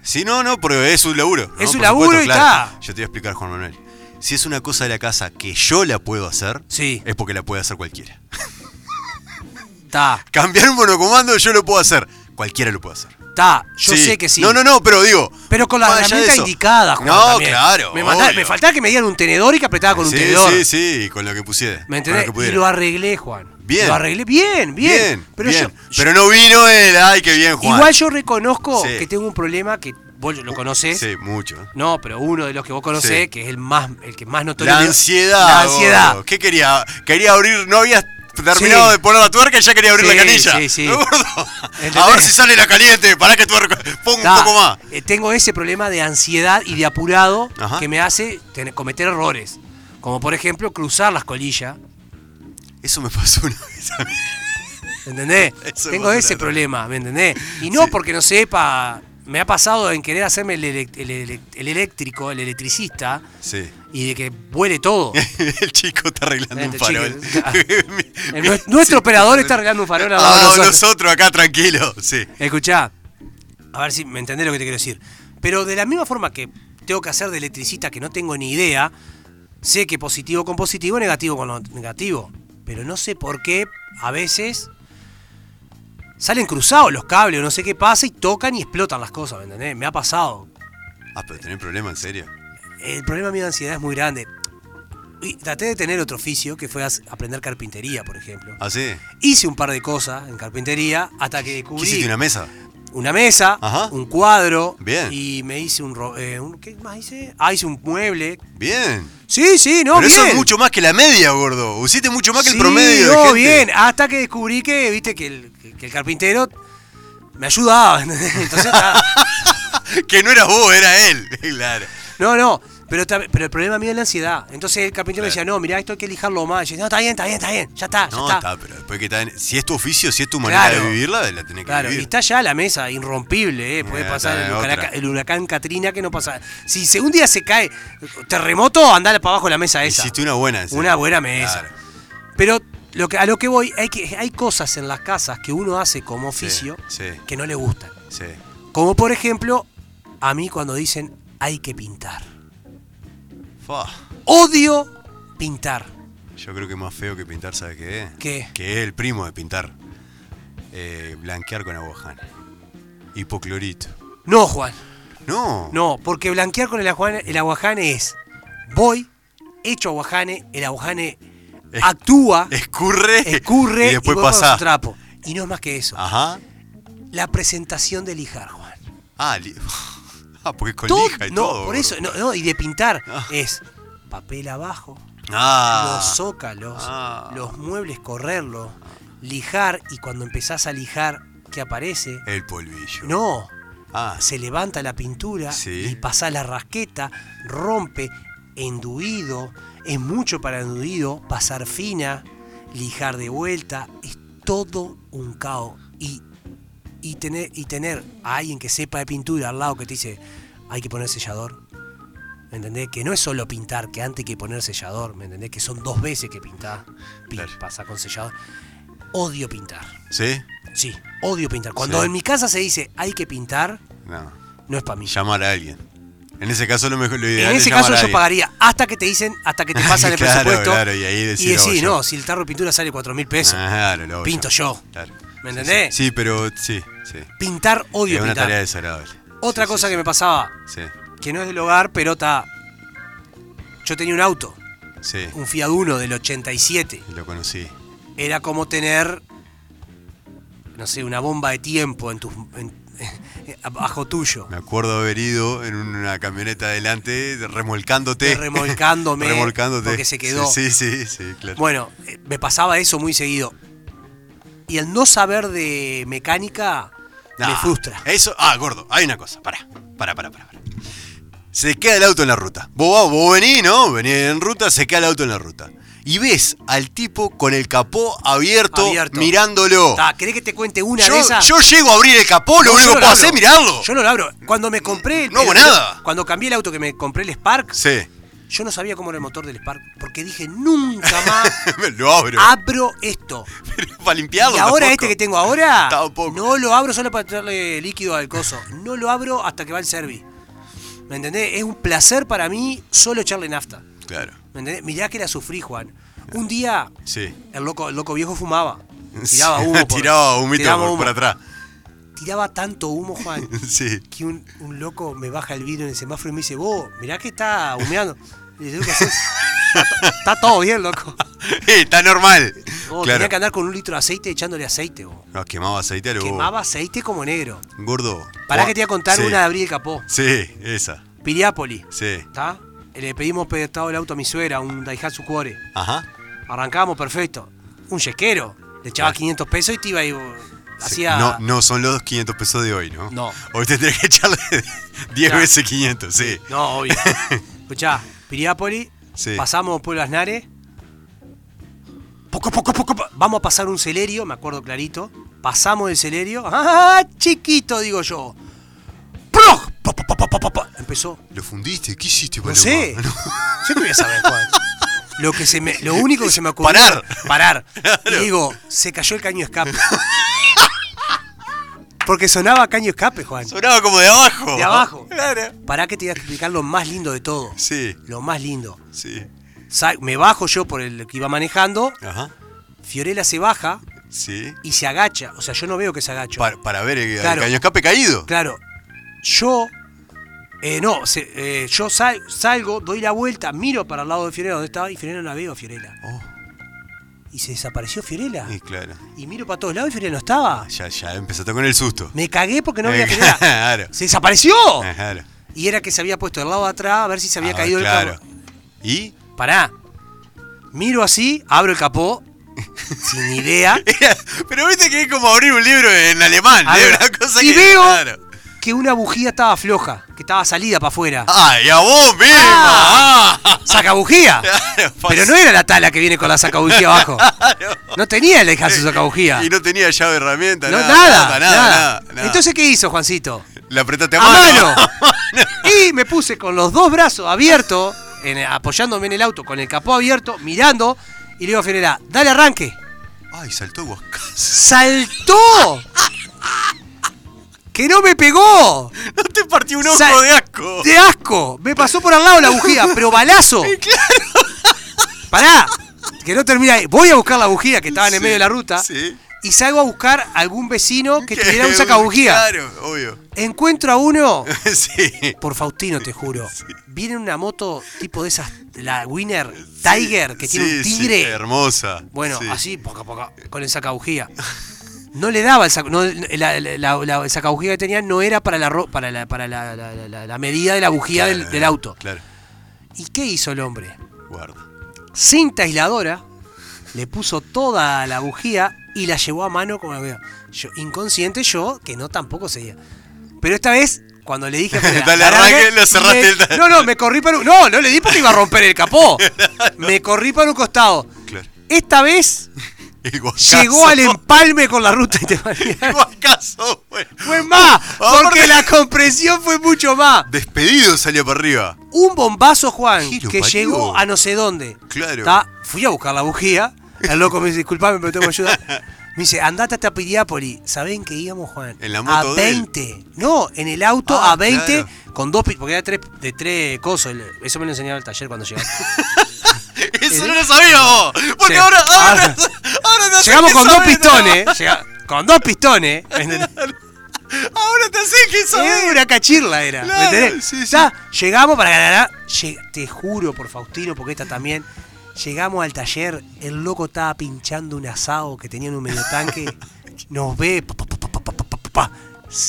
[SPEAKER 2] Si no, no, porque es un laburo. ¿no?
[SPEAKER 3] Es un
[SPEAKER 2] Por
[SPEAKER 3] laburo y está.
[SPEAKER 2] Yo te voy a explicar, Juan Manuel. Si es una cosa de la casa que yo la puedo hacer,
[SPEAKER 3] Sí.
[SPEAKER 2] es porque la puede hacer cualquiera. *laughs*
[SPEAKER 3] Está,
[SPEAKER 2] Cambiar un monocomando yo lo puedo hacer. Cualquiera lo puede hacer.
[SPEAKER 3] está. Yo
[SPEAKER 2] Sí.
[SPEAKER 3] sé que sí.
[SPEAKER 2] No, no, no, pero digo.
[SPEAKER 3] Pero con la
[SPEAKER 2] más allá de
[SPEAKER 3] herramienta
[SPEAKER 2] eso.
[SPEAKER 3] indicada, Juan,
[SPEAKER 2] No,
[SPEAKER 3] también.
[SPEAKER 2] claro.
[SPEAKER 3] Me, mandaba-
[SPEAKER 2] obvio.
[SPEAKER 3] me faltaba que me dieran un tenedor y que apretaba con un
[SPEAKER 2] sí,
[SPEAKER 3] tenedor.
[SPEAKER 2] Sí, sí, con lo que pusiera.
[SPEAKER 3] ¿Me
[SPEAKER 2] con lo
[SPEAKER 3] entendés?
[SPEAKER 2] que
[SPEAKER 3] y
[SPEAKER 2] pudiera.
[SPEAKER 3] lo arreglé, Juan.
[SPEAKER 2] Bien.
[SPEAKER 3] Lo arreglé bien, bien.
[SPEAKER 2] Bien,
[SPEAKER 3] pero
[SPEAKER 2] bien.
[SPEAKER 3] yo- yo
[SPEAKER 2] pero no vino él. Ay, qué bien, Juan.
[SPEAKER 3] Igual yo reconozco
[SPEAKER 2] Sí.
[SPEAKER 3] que tengo un problema que vos lo conocés.
[SPEAKER 2] Sí, mucho.
[SPEAKER 3] No, pero uno de los que vos conocés,
[SPEAKER 2] Sí.
[SPEAKER 3] que es el más el que más notorio.
[SPEAKER 2] La ansiedad.
[SPEAKER 3] La ansiedad.
[SPEAKER 2] gordo. ¿Qué quería? Quería abrir, no habías terminado
[SPEAKER 3] Sí.
[SPEAKER 2] de poner la tuerca y ya quería abrir
[SPEAKER 3] Sí,
[SPEAKER 2] la canilla.
[SPEAKER 3] sí, sí.
[SPEAKER 2] ¿No, *laughs* gordo? A
[SPEAKER 3] ¿Entendés?
[SPEAKER 2] ver si sale la caliente, para que tuerca. Pongo
[SPEAKER 3] Ta,
[SPEAKER 2] un poco más.
[SPEAKER 3] eh, tengo ese problema de ansiedad y de apurado
[SPEAKER 2] Ajá.
[SPEAKER 3] que me hace ten- cometer errores. Como por ejemplo cruzar las colillas.
[SPEAKER 2] Eso me pasó una vez a mí.
[SPEAKER 3] ¿Entendés?
[SPEAKER 2] *laughs* Eso me
[SPEAKER 3] tengo
[SPEAKER 2] pasa
[SPEAKER 3] ese
[SPEAKER 2] una-
[SPEAKER 3] problema, ¿me entendés? Y no
[SPEAKER 2] Sí.
[SPEAKER 3] porque no sepa. Me ha pasado en querer hacerme el, elec- el elec- el eléctrico, el electricista,
[SPEAKER 2] Sí.
[SPEAKER 3] y de que vuele todo.
[SPEAKER 2] *laughs* El chico está arreglando un
[SPEAKER 3] Este chico,
[SPEAKER 2] farol. *laughs*
[SPEAKER 3] ah, el nue- nuestro operador está arreglando un farol al lado de
[SPEAKER 2] Ah,
[SPEAKER 3] nosotros.
[SPEAKER 2] nosotros acá tranquilos. Sí.
[SPEAKER 3] Escuchá, a ver si me entendés lo que te quiero decir. Pero de la misma forma que tengo que hacer de electricista que no tengo ni idea, sé que positivo con positivo, negativo con lo- negativo. Pero no sé por qué a veces salen cruzados los cables, no sé qué pasa, y tocan y explotan las cosas, ¿me entendés? Me ha pasado.
[SPEAKER 2] Ah, pero tenés problema, en serio.
[SPEAKER 3] El problema mío de ansiedad es muy grande. Y traté de tener otro oficio, que fue as- aprender carpintería, por ejemplo.
[SPEAKER 2] ¿Ah, sí?
[SPEAKER 3] Hice un par de cosas en carpintería hasta que
[SPEAKER 2] ¿Qué
[SPEAKER 3] descubrí...
[SPEAKER 2] hiciste una mesa?
[SPEAKER 3] una mesa,
[SPEAKER 2] Ajá.
[SPEAKER 3] un cuadro.
[SPEAKER 2] Bien.
[SPEAKER 3] Y me hice un, ro- eh, un- ¿Qué más hice? Ah, hice un mueble.
[SPEAKER 2] Bien.
[SPEAKER 3] Sí, sí, no,
[SPEAKER 2] pero
[SPEAKER 3] bien.
[SPEAKER 2] eso es mucho más que la media, gordo. Hiciste mucho más que
[SPEAKER 3] Sí,
[SPEAKER 2] el promedio. de
[SPEAKER 3] no,
[SPEAKER 2] gente.
[SPEAKER 3] bien. Hasta que descubrí que, viste, que el, que- que el carpintero me ayudaba. *laughs* Entonces, ta-
[SPEAKER 2] Que no eras vos, era él. *laughs* Claro.
[SPEAKER 3] no, no. Pero, ta- pero el problema mío es la ansiedad. Entonces el carpintero me
[SPEAKER 2] Claro.
[SPEAKER 3] decía, no, mirá, esto hay que lijarlo más. Y yo, no, está bien, está bien, está bien. Ya está, ya
[SPEAKER 2] No,
[SPEAKER 3] está.
[SPEAKER 2] está. pero después que está en- Si es tu oficio, si es tu manera
[SPEAKER 3] Claro.
[SPEAKER 2] de vivirla, la tenés que
[SPEAKER 3] Claro, y
[SPEAKER 2] vivir.
[SPEAKER 3] está ya la mesa, irrompible, ¿eh? puede
[SPEAKER 2] Eh,
[SPEAKER 3] pasar
[SPEAKER 2] está
[SPEAKER 3] el
[SPEAKER 2] la
[SPEAKER 3] huracán,
[SPEAKER 2] otra.
[SPEAKER 3] el huracán Katrina que no pasa. Si se- un día se cae terremoto, andale para abajo de la mesa esa.
[SPEAKER 2] Hiciste una buena. en serio.
[SPEAKER 3] Una buena mesa.
[SPEAKER 2] Claro.
[SPEAKER 3] Pero lo que, a lo que voy, hay, que, hay cosas en las casas que uno hace como oficio
[SPEAKER 2] sí.
[SPEAKER 3] que no le gustan.
[SPEAKER 2] Sí.
[SPEAKER 3] Como por ejemplo, a mí cuando dicen hay que pintar.
[SPEAKER 2] Fa,
[SPEAKER 3] Odio pintar.
[SPEAKER 2] Yo creo que más feo que pintar, ¿sabe qué es?
[SPEAKER 3] ¿Qué?
[SPEAKER 2] Que es el primo de pintar. Eh, blanquear con aguaján. Hipoclorito.
[SPEAKER 3] No, Juan.
[SPEAKER 2] No.
[SPEAKER 3] No, porque blanquear con el aguajane, el aguajane es voy, echo aguajane, el aguajane
[SPEAKER 2] Es- *laughs*
[SPEAKER 3] actúa,
[SPEAKER 2] Escurre.
[SPEAKER 3] escurre
[SPEAKER 2] Y después Ah.
[SPEAKER 3] vos con
[SPEAKER 2] pasa.
[SPEAKER 3] su trapo. Y no es más que eso.
[SPEAKER 2] Ajá.
[SPEAKER 3] La presentación de lijar, Juan.
[SPEAKER 2] Ah, li- *laughs* ah, porque es con
[SPEAKER 3] Todo-
[SPEAKER 2] lija y
[SPEAKER 3] no,
[SPEAKER 2] todo.
[SPEAKER 3] por
[SPEAKER 2] gordo.
[SPEAKER 3] eso, no, no, y de pintar
[SPEAKER 2] Ah.
[SPEAKER 3] es papel abajo,
[SPEAKER 2] Ah.
[SPEAKER 3] los zócalos,
[SPEAKER 2] Ah.
[SPEAKER 3] los muebles correrlos, lijar y cuando empezás a lijar, ¿qué aparece?
[SPEAKER 2] El polvillo.
[SPEAKER 3] No,
[SPEAKER 2] Ah.
[SPEAKER 3] se levanta la pintura
[SPEAKER 2] Sí.
[SPEAKER 3] y pasa la rasqueta, rompe, enduido, es mucho para enduido, pasar fina, lijar de vuelta, es todo un caos. Y, y, tener, y tener a alguien que sepa de pintura al lado que te dice, hay que poner sellador. ¿Me entendés? Que no es solo pintar, que antes hay que poner sellador, ¿me entendés? Que son dos veces que pintás, pin-
[SPEAKER 2] Claro.
[SPEAKER 3] pasa con sellador. Odio pintar.
[SPEAKER 2] ¿Sí?
[SPEAKER 3] Sí, odio pintar. Cuando
[SPEAKER 2] Sí.
[SPEAKER 3] en mi casa se dice hay que pintar,
[SPEAKER 2] No.
[SPEAKER 3] no es para mí.
[SPEAKER 2] Llamar a alguien. En ese caso, lo mejor lo ideal
[SPEAKER 3] en
[SPEAKER 2] es
[SPEAKER 3] ese
[SPEAKER 2] llamar
[SPEAKER 3] caso
[SPEAKER 2] a
[SPEAKER 3] yo
[SPEAKER 2] alguien.
[SPEAKER 3] pagaría hasta que te dicen, hasta
[SPEAKER 2] *laughs*
[SPEAKER 3] que te pasan el
[SPEAKER 2] Claro,
[SPEAKER 3] presupuesto.
[SPEAKER 2] claro, y ahí decís, "Lo hago
[SPEAKER 3] decís,
[SPEAKER 2] yo".
[SPEAKER 3] no, si el tarro de pintura sale cuatro mil pesos.
[SPEAKER 2] Ah, claro, lo hago
[SPEAKER 3] pinto yo.
[SPEAKER 2] Claro.
[SPEAKER 3] ¿Me
[SPEAKER 2] Sí,
[SPEAKER 3] entendés?
[SPEAKER 2] Sí, Sí, pero sí, sí.
[SPEAKER 3] Pintar, odio
[SPEAKER 2] es una
[SPEAKER 3] pintar.
[SPEAKER 2] tarea desagradable.
[SPEAKER 3] Otra
[SPEAKER 2] Sí,
[SPEAKER 3] cosa
[SPEAKER 2] sí,
[SPEAKER 3] que me pasaba,
[SPEAKER 2] sí.
[SPEAKER 3] que no es del hogar, pero está. Yo tenía un auto,
[SPEAKER 2] Sí, sí.
[SPEAKER 3] un Fiat Uno del 87.
[SPEAKER 2] Lo conocí.
[SPEAKER 3] Era como tener, no sé, una bomba de tiempo en tus, en- *laughs* bajo tuyo.
[SPEAKER 2] Me acuerdo haber ido en una camioneta adelante remolcándote.
[SPEAKER 3] Remolcándome,
[SPEAKER 2] *laughs* remolcándote.
[SPEAKER 3] porque se quedó.
[SPEAKER 2] Sí, sí, sí, sí, claro.
[SPEAKER 3] Bueno, eh, me pasaba eso muy seguido. Y el no saber de mecánica me
[SPEAKER 2] Ah,
[SPEAKER 3] frustra.
[SPEAKER 2] Eso, ah, gordo, hay una cosa, pará, pará, pará, pará. pará. Se queda el auto en la ruta. Vos, vas- vos venís, ¿no? Venís en ruta, se queda el auto en la ruta. Y ves al tipo con el capó abierto,
[SPEAKER 3] Abierto.
[SPEAKER 2] mirándolo.
[SPEAKER 3] Ta, ¿Querés que te cuente una
[SPEAKER 2] yo,
[SPEAKER 3] de esas?
[SPEAKER 2] yo llego a abrir el capó, lo
[SPEAKER 3] No, yo
[SPEAKER 2] único
[SPEAKER 3] no
[SPEAKER 2] que puedo
[SPEAKER 3] la
[SPEAKER 2] hacer es
[SPEAKER 3] abro.
[SPEAKER 2] mirarlo.
[SPEAKER 3] Yo no lo abro. Cuando me compré. el-
[SPEAKER 2] No hago
[SPEAKER 3] el-
[SPEAKER 2] nada.
[SPEAKER 3] Cuando cambié el auto que me compré el Spark,
[SPEAKER 2] Sí, *laughs*
[SPEAKER 3] yo no sabía cómo era el motor del Spark. Porque
[SPEAKER 2] *laughs*
[SPEAKER 3] dije, nunca más
[SPEAKER 2] me lo abro.
[SPEAKER 3] abro esto.
[SPEAKER 2] *laughs* Pero para limpiarlo.
[SPEAKER 3] Ah, Y ahora
[SPEAKER 2] tampoco.
[SPEAKER 3] este que tengo ahora,
[SPEAKER 2] Tampoco.
[SPEAKER 3] no lo abro solo para echarle líquido al coso. No lo abro hasta que va el servi. ¿Me entendés? Es un placer para mí solo echarle nafta.
[SPEAKER 2] Claro,
[SPEAKER 3] ¿Me entendés? Mirá que la sufrí, Juan. Un día,
[SPEAKER 2] sí.
[SPEAKER 3] el loco, el loco viejo fumaba. Tiraba
[SPEAKER 2] *laughs*
[SPEAKER 3] humo. por-
[SPEAKER 2] tiraba humito
[SPEAKER 3] tiraba
[SPEAKER 2] por,
[SPEAKER 3] humo.
[SPEAKER 2] por atrás. *laughs*
[SPEAKER 3] Tiraba tanto humo, Juan,
[SPEAKER 2] Sí. *laughs*
[SPEAKER 3] que un, un loco me baja el vidrio en el semáforo y me dice, vos, mirá que está humeando. Y le digo, ¿qué haces? Está, to- está todo
[SPEAKER 2] *laughs*
[SPEAKER 3] bien, loco.
[SPEAKER 2] Está normal.
[SPEAKER 3] Vos
[SPEAKER 2] claro.
[SPEAKER 3] Oh, tenía que andar con un litro de aceite echándole aceite, vos.
[SPEAKER 2] No, quemaba aceite a lo
[SPEAKER 3] Quemaba aceite como negro.
[SPEAKER 2] Gordo.
[SPEAKER 3] Pará
[SPEAKER 2] Juan-
[SPEAKER 3] que te voy a contar
[SPEAKER 2] Sí.
[SPEAKER 3] una de Abril Capó.
[SPEAKER 2] Sí, esa.
[SPEAKER 3] Piriápolis.
[SPEAKER 2] Sí.
[SPEAKER 3] ¿Está? Le pedimos prestado el auto a mi suegra, un Daihatsu Cuore.
[SPEAKER 2] Ajá.
[SPEAKER 3] Arrancamos, perfecto. Un yesquero. Le echaba 500 pesos y te iba y... uh,
[SPEAKER 2] Sí.
[SPEAKER 3] Hacía...
[SPEAKER 2] No, no son los 500 pesos de hoy, ¿no?
[SPEAKER 3] No.
[SPEAKER 2] Hoy tendría que echarle *laughs* 10
[SPEAKER 3] Ya.
[SPEAKER 2] veces 500, sí. *laughs*
[SPEAKER 3] No, obvio. Escuchá, Piriápolis,
[SPEAKER 2] Sí.
[SPEAKER 3] pasamos Pueblo Aznare. Poco, poco, poco, po- Vamos a pasar un celerio, me acuerdo clarito. Pasamos el celerio. *laughs* ¡Ah, chiquito! Digo yo. ¡Proc! Pa, pa, pa, pa, pa, pa, pa. Empezó.
[SPEAKER 2] ¿Lo fundiste? ¿Qué hiciste,
[SPEAKER 3] No
[SPEAKER 2] Paloma?
[SPEAKER 3] sé.
[SPEAKER 2] No.
[SPEAKER 3] *laughs* Yo qué voy a
[SPEAKER 2] *laughs*
[SPEAKER 3] saber, Juan. Lo, que se me, lo único que se me ocurrió.
[SPEAKER 2] Parar. *laughs*
[SPEAKER 3] Parar. Y digo, se cayó el caño escape. *laughs* Porque sonaba caño escape, Juan.
[SPEAKER 2] Sonaba como de abajo.
[SPEAKER 3] De abajo.
[SPEAKER 2] Claro.
[SPEAKER 3] Pará que te voy a explicar lo más lindo de todo.
[SPEAKER 2] Sí.
[SPEAKER 3] Lo más lindo.
[SPEAKER 2] Sí.
[SPEAKER 3] Sa- Me bajo yo por el que iba manejando.
[SPEAKER 2] Ajá.
[SPEAKER 3] Fiorella se baja
[SPEAKER 2] Sí.
[SPEAKER 3] y se agacha. O sea, yo no veo que se agacha.
[SPEAKER 2] Para, para ver el, el
[SPEAKER 3] Claro.
[SPEAKER 2] caño escape caído.
[SPEAKER 3] Claro. Yo. eh, no, se- eh, yo sal- salgo, doy la vuelta, miro para el lado de Fiorella donde estaba y Fiorella no la veo, Fiorella.
[SPEAKER 2] Oh,
[SPEAKER 3] Y se desapareció Fiorella.
[SPEAKER 2] y claro.
[SPEAKER 3] Y miro para todos lados y Fiorella no estaba.
[SPEAKER 2] Ya, ya empezaste con el susto.
[SPEAKER 3] Me cagué porque no
[SPEAKER 2] Eh,
[SPEAKER 3] había
[SPEAKER 2] *laughs*
[SPEAKER 3] Fiorella.
[SPEAKER 2] Claro. Eh,
[SPEAKER 3] ¡Se desapareció!
[SPEAKER 2] Claro.
[SPEAKER 3] Y era que se había puesto del lado de atrás a ver si se había
[SPEAKER 2] Ah,
[SPEAKER 3] caído el
[SPEAKER 2] claro.
[SPEAKER 3] carro.
[SPEAKER 2] ¿Y?
[SPEAKER 3] Pará. Miro así, abro
[SPEAKER 2] *laughs*
[SPEAKER 3] el capó, sin idea.
[SPEAKER 2] Pero viste que es como abrir un libro en alemán.
[SPEAKER 3] A
[SPEAKER 2] ¿eh?
[SPEAKER 3] ver,
[SPEAKER 2] Una cosa
[SPEAKER 3] y
[SPEAKER 2] que-
[SPEAKER 3] veo
[SPEAKER 2] claro.
[SPEAKER 3] que una bujía estaba floja, que estaba salida para afuera.
[SPEAKER 2] ¡Ay, a vos misma! Ah. *laughs*
[SPEAKER 3] ¡Saca bujía!
[SPEAKER 2] Claro, pas-
[SPEAKER 3] Pero no era la tala que viene con la sacabujía abajo. No tenía el dejar su sacabujía.
[SPEAKER 2] Y
[SPEAKER 3] No,
[SPEAKER 2] no tenía llave herramienta,
[SPEAKER 3] nada,
[SPEAKER 2] nada,
[SPEAKER 3] nada,
[SPEAKER 2] nada.
[SPEAKER 3] Entonces, ¿qué hizo Juancito?
[SPEAKER 2] la apretaste *laughs* a
[SPEAKER 3] ¡A
[SPEAKER 2] mano.
[SPEAKER 3] mano! Y me puse con los dos brazos abiertos, en- apoyándome en el auto, con el capó abierto, mirando, y le digo a Fiorella, dale arranque.
[SPEAKER 2] Ay, saltó Huascas.
[SPEAKER 3] ¡Saltó! ¡Que no me pegó!
[SPEAKER 2] *laughs* No te partí un ojo
[SPEAKER 3] Sal-
[SPEAKER 2] de asco.
[SPEAKER 3] De asco. Me pasó por al lado la bujía,
[SPEAKER 2] *laughs*
[SPEAKER 3] pero balazo. Pará, que no termina ahí. Voy a buscar la bujía que estaba en el
[SPEAKER 2] Sí,
[SPEAKER 3] medio de la ruta.
[SPEAKER 2] sí.
[SPEAKER 3] Y salgo a buscar a algún vecino que
[SPEAKER 2] Que-
[SPEAKER 3] tuviera un sacabujía.
[SPEAKER 2] Claro, obvio. *laughs*
[SPEAKER 3] Encuentro a uno.
[SPEAKER 2] sí.
[SPEAKER 3] Por Faustino, te juro. Viene una moto tipo de esas, la Winner Tiger, que tiene
[SPEAKER 2] Sí,
[SPEAKER 3] un
[SPEAKER 2] sí, eh,
[SPEAKER 3] tigre.
[SPEAKER 2] hermosa.
[SPEAKER 3] Bueno,
[SPEAKER 2] Sí.
[SPEAKER 3] así, poca, poca, con el sacabujía. No le daba el saco, no, la, la- la- la- el sacabujía que tenía no era para la ro- para la, para la, la- la- la- la medida de la bujía
[SPEAKER 2] Claro, eh,
[SPEAKER 3] del, del auto.
[SPEAKER 2] Claro,
[SPEAKER 3] ¿Y qué hizo el hombre?
[SPEAKER 2] guarda.
[SPEAKER 3] Cinta aisladora, le puso toda la bujía y la llevó a mano como la veo. Yo, inconsciente yo, que no tampoco seguía. Pero esta vez, cuando
[SPEAKER 2] *laughs*
[SPEAKER 3] le dije. que era
[SPEAKER 2] Dale,
[SPEAKER 3] la
[SPEAKER 2] arranque,
[SPEAKER 3] larga,
[SPEAKER 2] lo cerraste
[SPEAKER 3] me-
[SPEAKER 2] el-
[SPEAKER 3] No, no, me corrí para un. No, no le di porque iba a romper
[SPEAKER 2] *laughs*
[SPEAKER 3] el capó. Me corrí para un costado.
[SPEAKER 2] Claro.
[SPEAKER 3] Esta vez
[SPEAKER 2] El
[SPEAKER 3] llegó
[SPEAKER 2] guacazo.
[SPEAKER 3] al em- empalme con la ruta intermareal.
[SPEAKER 2] *laughs* El *laughs* guacazo, güey.
[SPEAKER 3] Fue más,
[SPEAKER 2] Aparte-
[SPEAKER 3] porque la compresión fue mucho más.
[SPEAKER 2] Despedido salió para arriba.
[SPEAKER 3] Un bombazo, Juan,
[SPEAKER 2] ¿Qué
[SPEAKER 3] que
[SPEAKER 2] lo parió?
[SPEAKER 3] llegó a no sé dónde.
[SPEAKER 2] Claro.
[SPEAKER 3] Ta, Fui a buscar la bujía. El loco me dice, disculpame, pero tengo
[SPEAKER 2] *laughs*
[SPEAKER 3] que ayudar. Me dice, andate hasta Piriápoli. ¿Saben que íbamos, Juan?
[SPEAKER 2] En la moto
[SPEAKER 3] a
[SPEAKER 2] de él.
[SPEAKER 3] 20. No, en el auto
[SPEAKER 2] Ah,
[SPEAKER 3] a 20
[SPEAKER 2] claro.
[SPEAKER 3] con dos... pi- Porque era tres, de tres cosas. El- Eso me lo enseñaron al taller cuando
[SPEAKER 2] *laughs*
[SPEAKER 3] llegamos.
[SPEAKER 2] Eso no lo sabía vos. Porque
[SPEAKER 3] Sí.
[SPEAKER 2] ahora, ahora,
[SPEAKER 3] Ahora-
[SPEAKER 2] ahora te
[SPEAKER 3] llegamos
[SPEAKER 2] haces
[SPEAKER 3] con
[SPEAKER 2] que
[SPEAKER 3] dos
[SPEAKER 2] sabés,
[SPEAKER 3] pistones. llega- con dos pistones. ¿entendés?
[SPEAKER 2] ¿no? Ahora te haces que sabés.
[SPEAKER 3] Era una cachirla era. ¿me
[SPEAKER 2] Claro,
[SPEAKER 3] entendés?
[SPEAKER 2] sí, sí.
[SPEAKER 3] Ya, llegamos para ganar. ah, lle- Te juro por Faustino, porque esta también. Llegamos al taller, el loco estaba pinchando un asado que tenía en un medio
[SPEAKER 2] *laughs*
[SPEAKER 3] tanque. Nos ve. pa, pa, pa, pa, pa, pa, pa, pa, pa.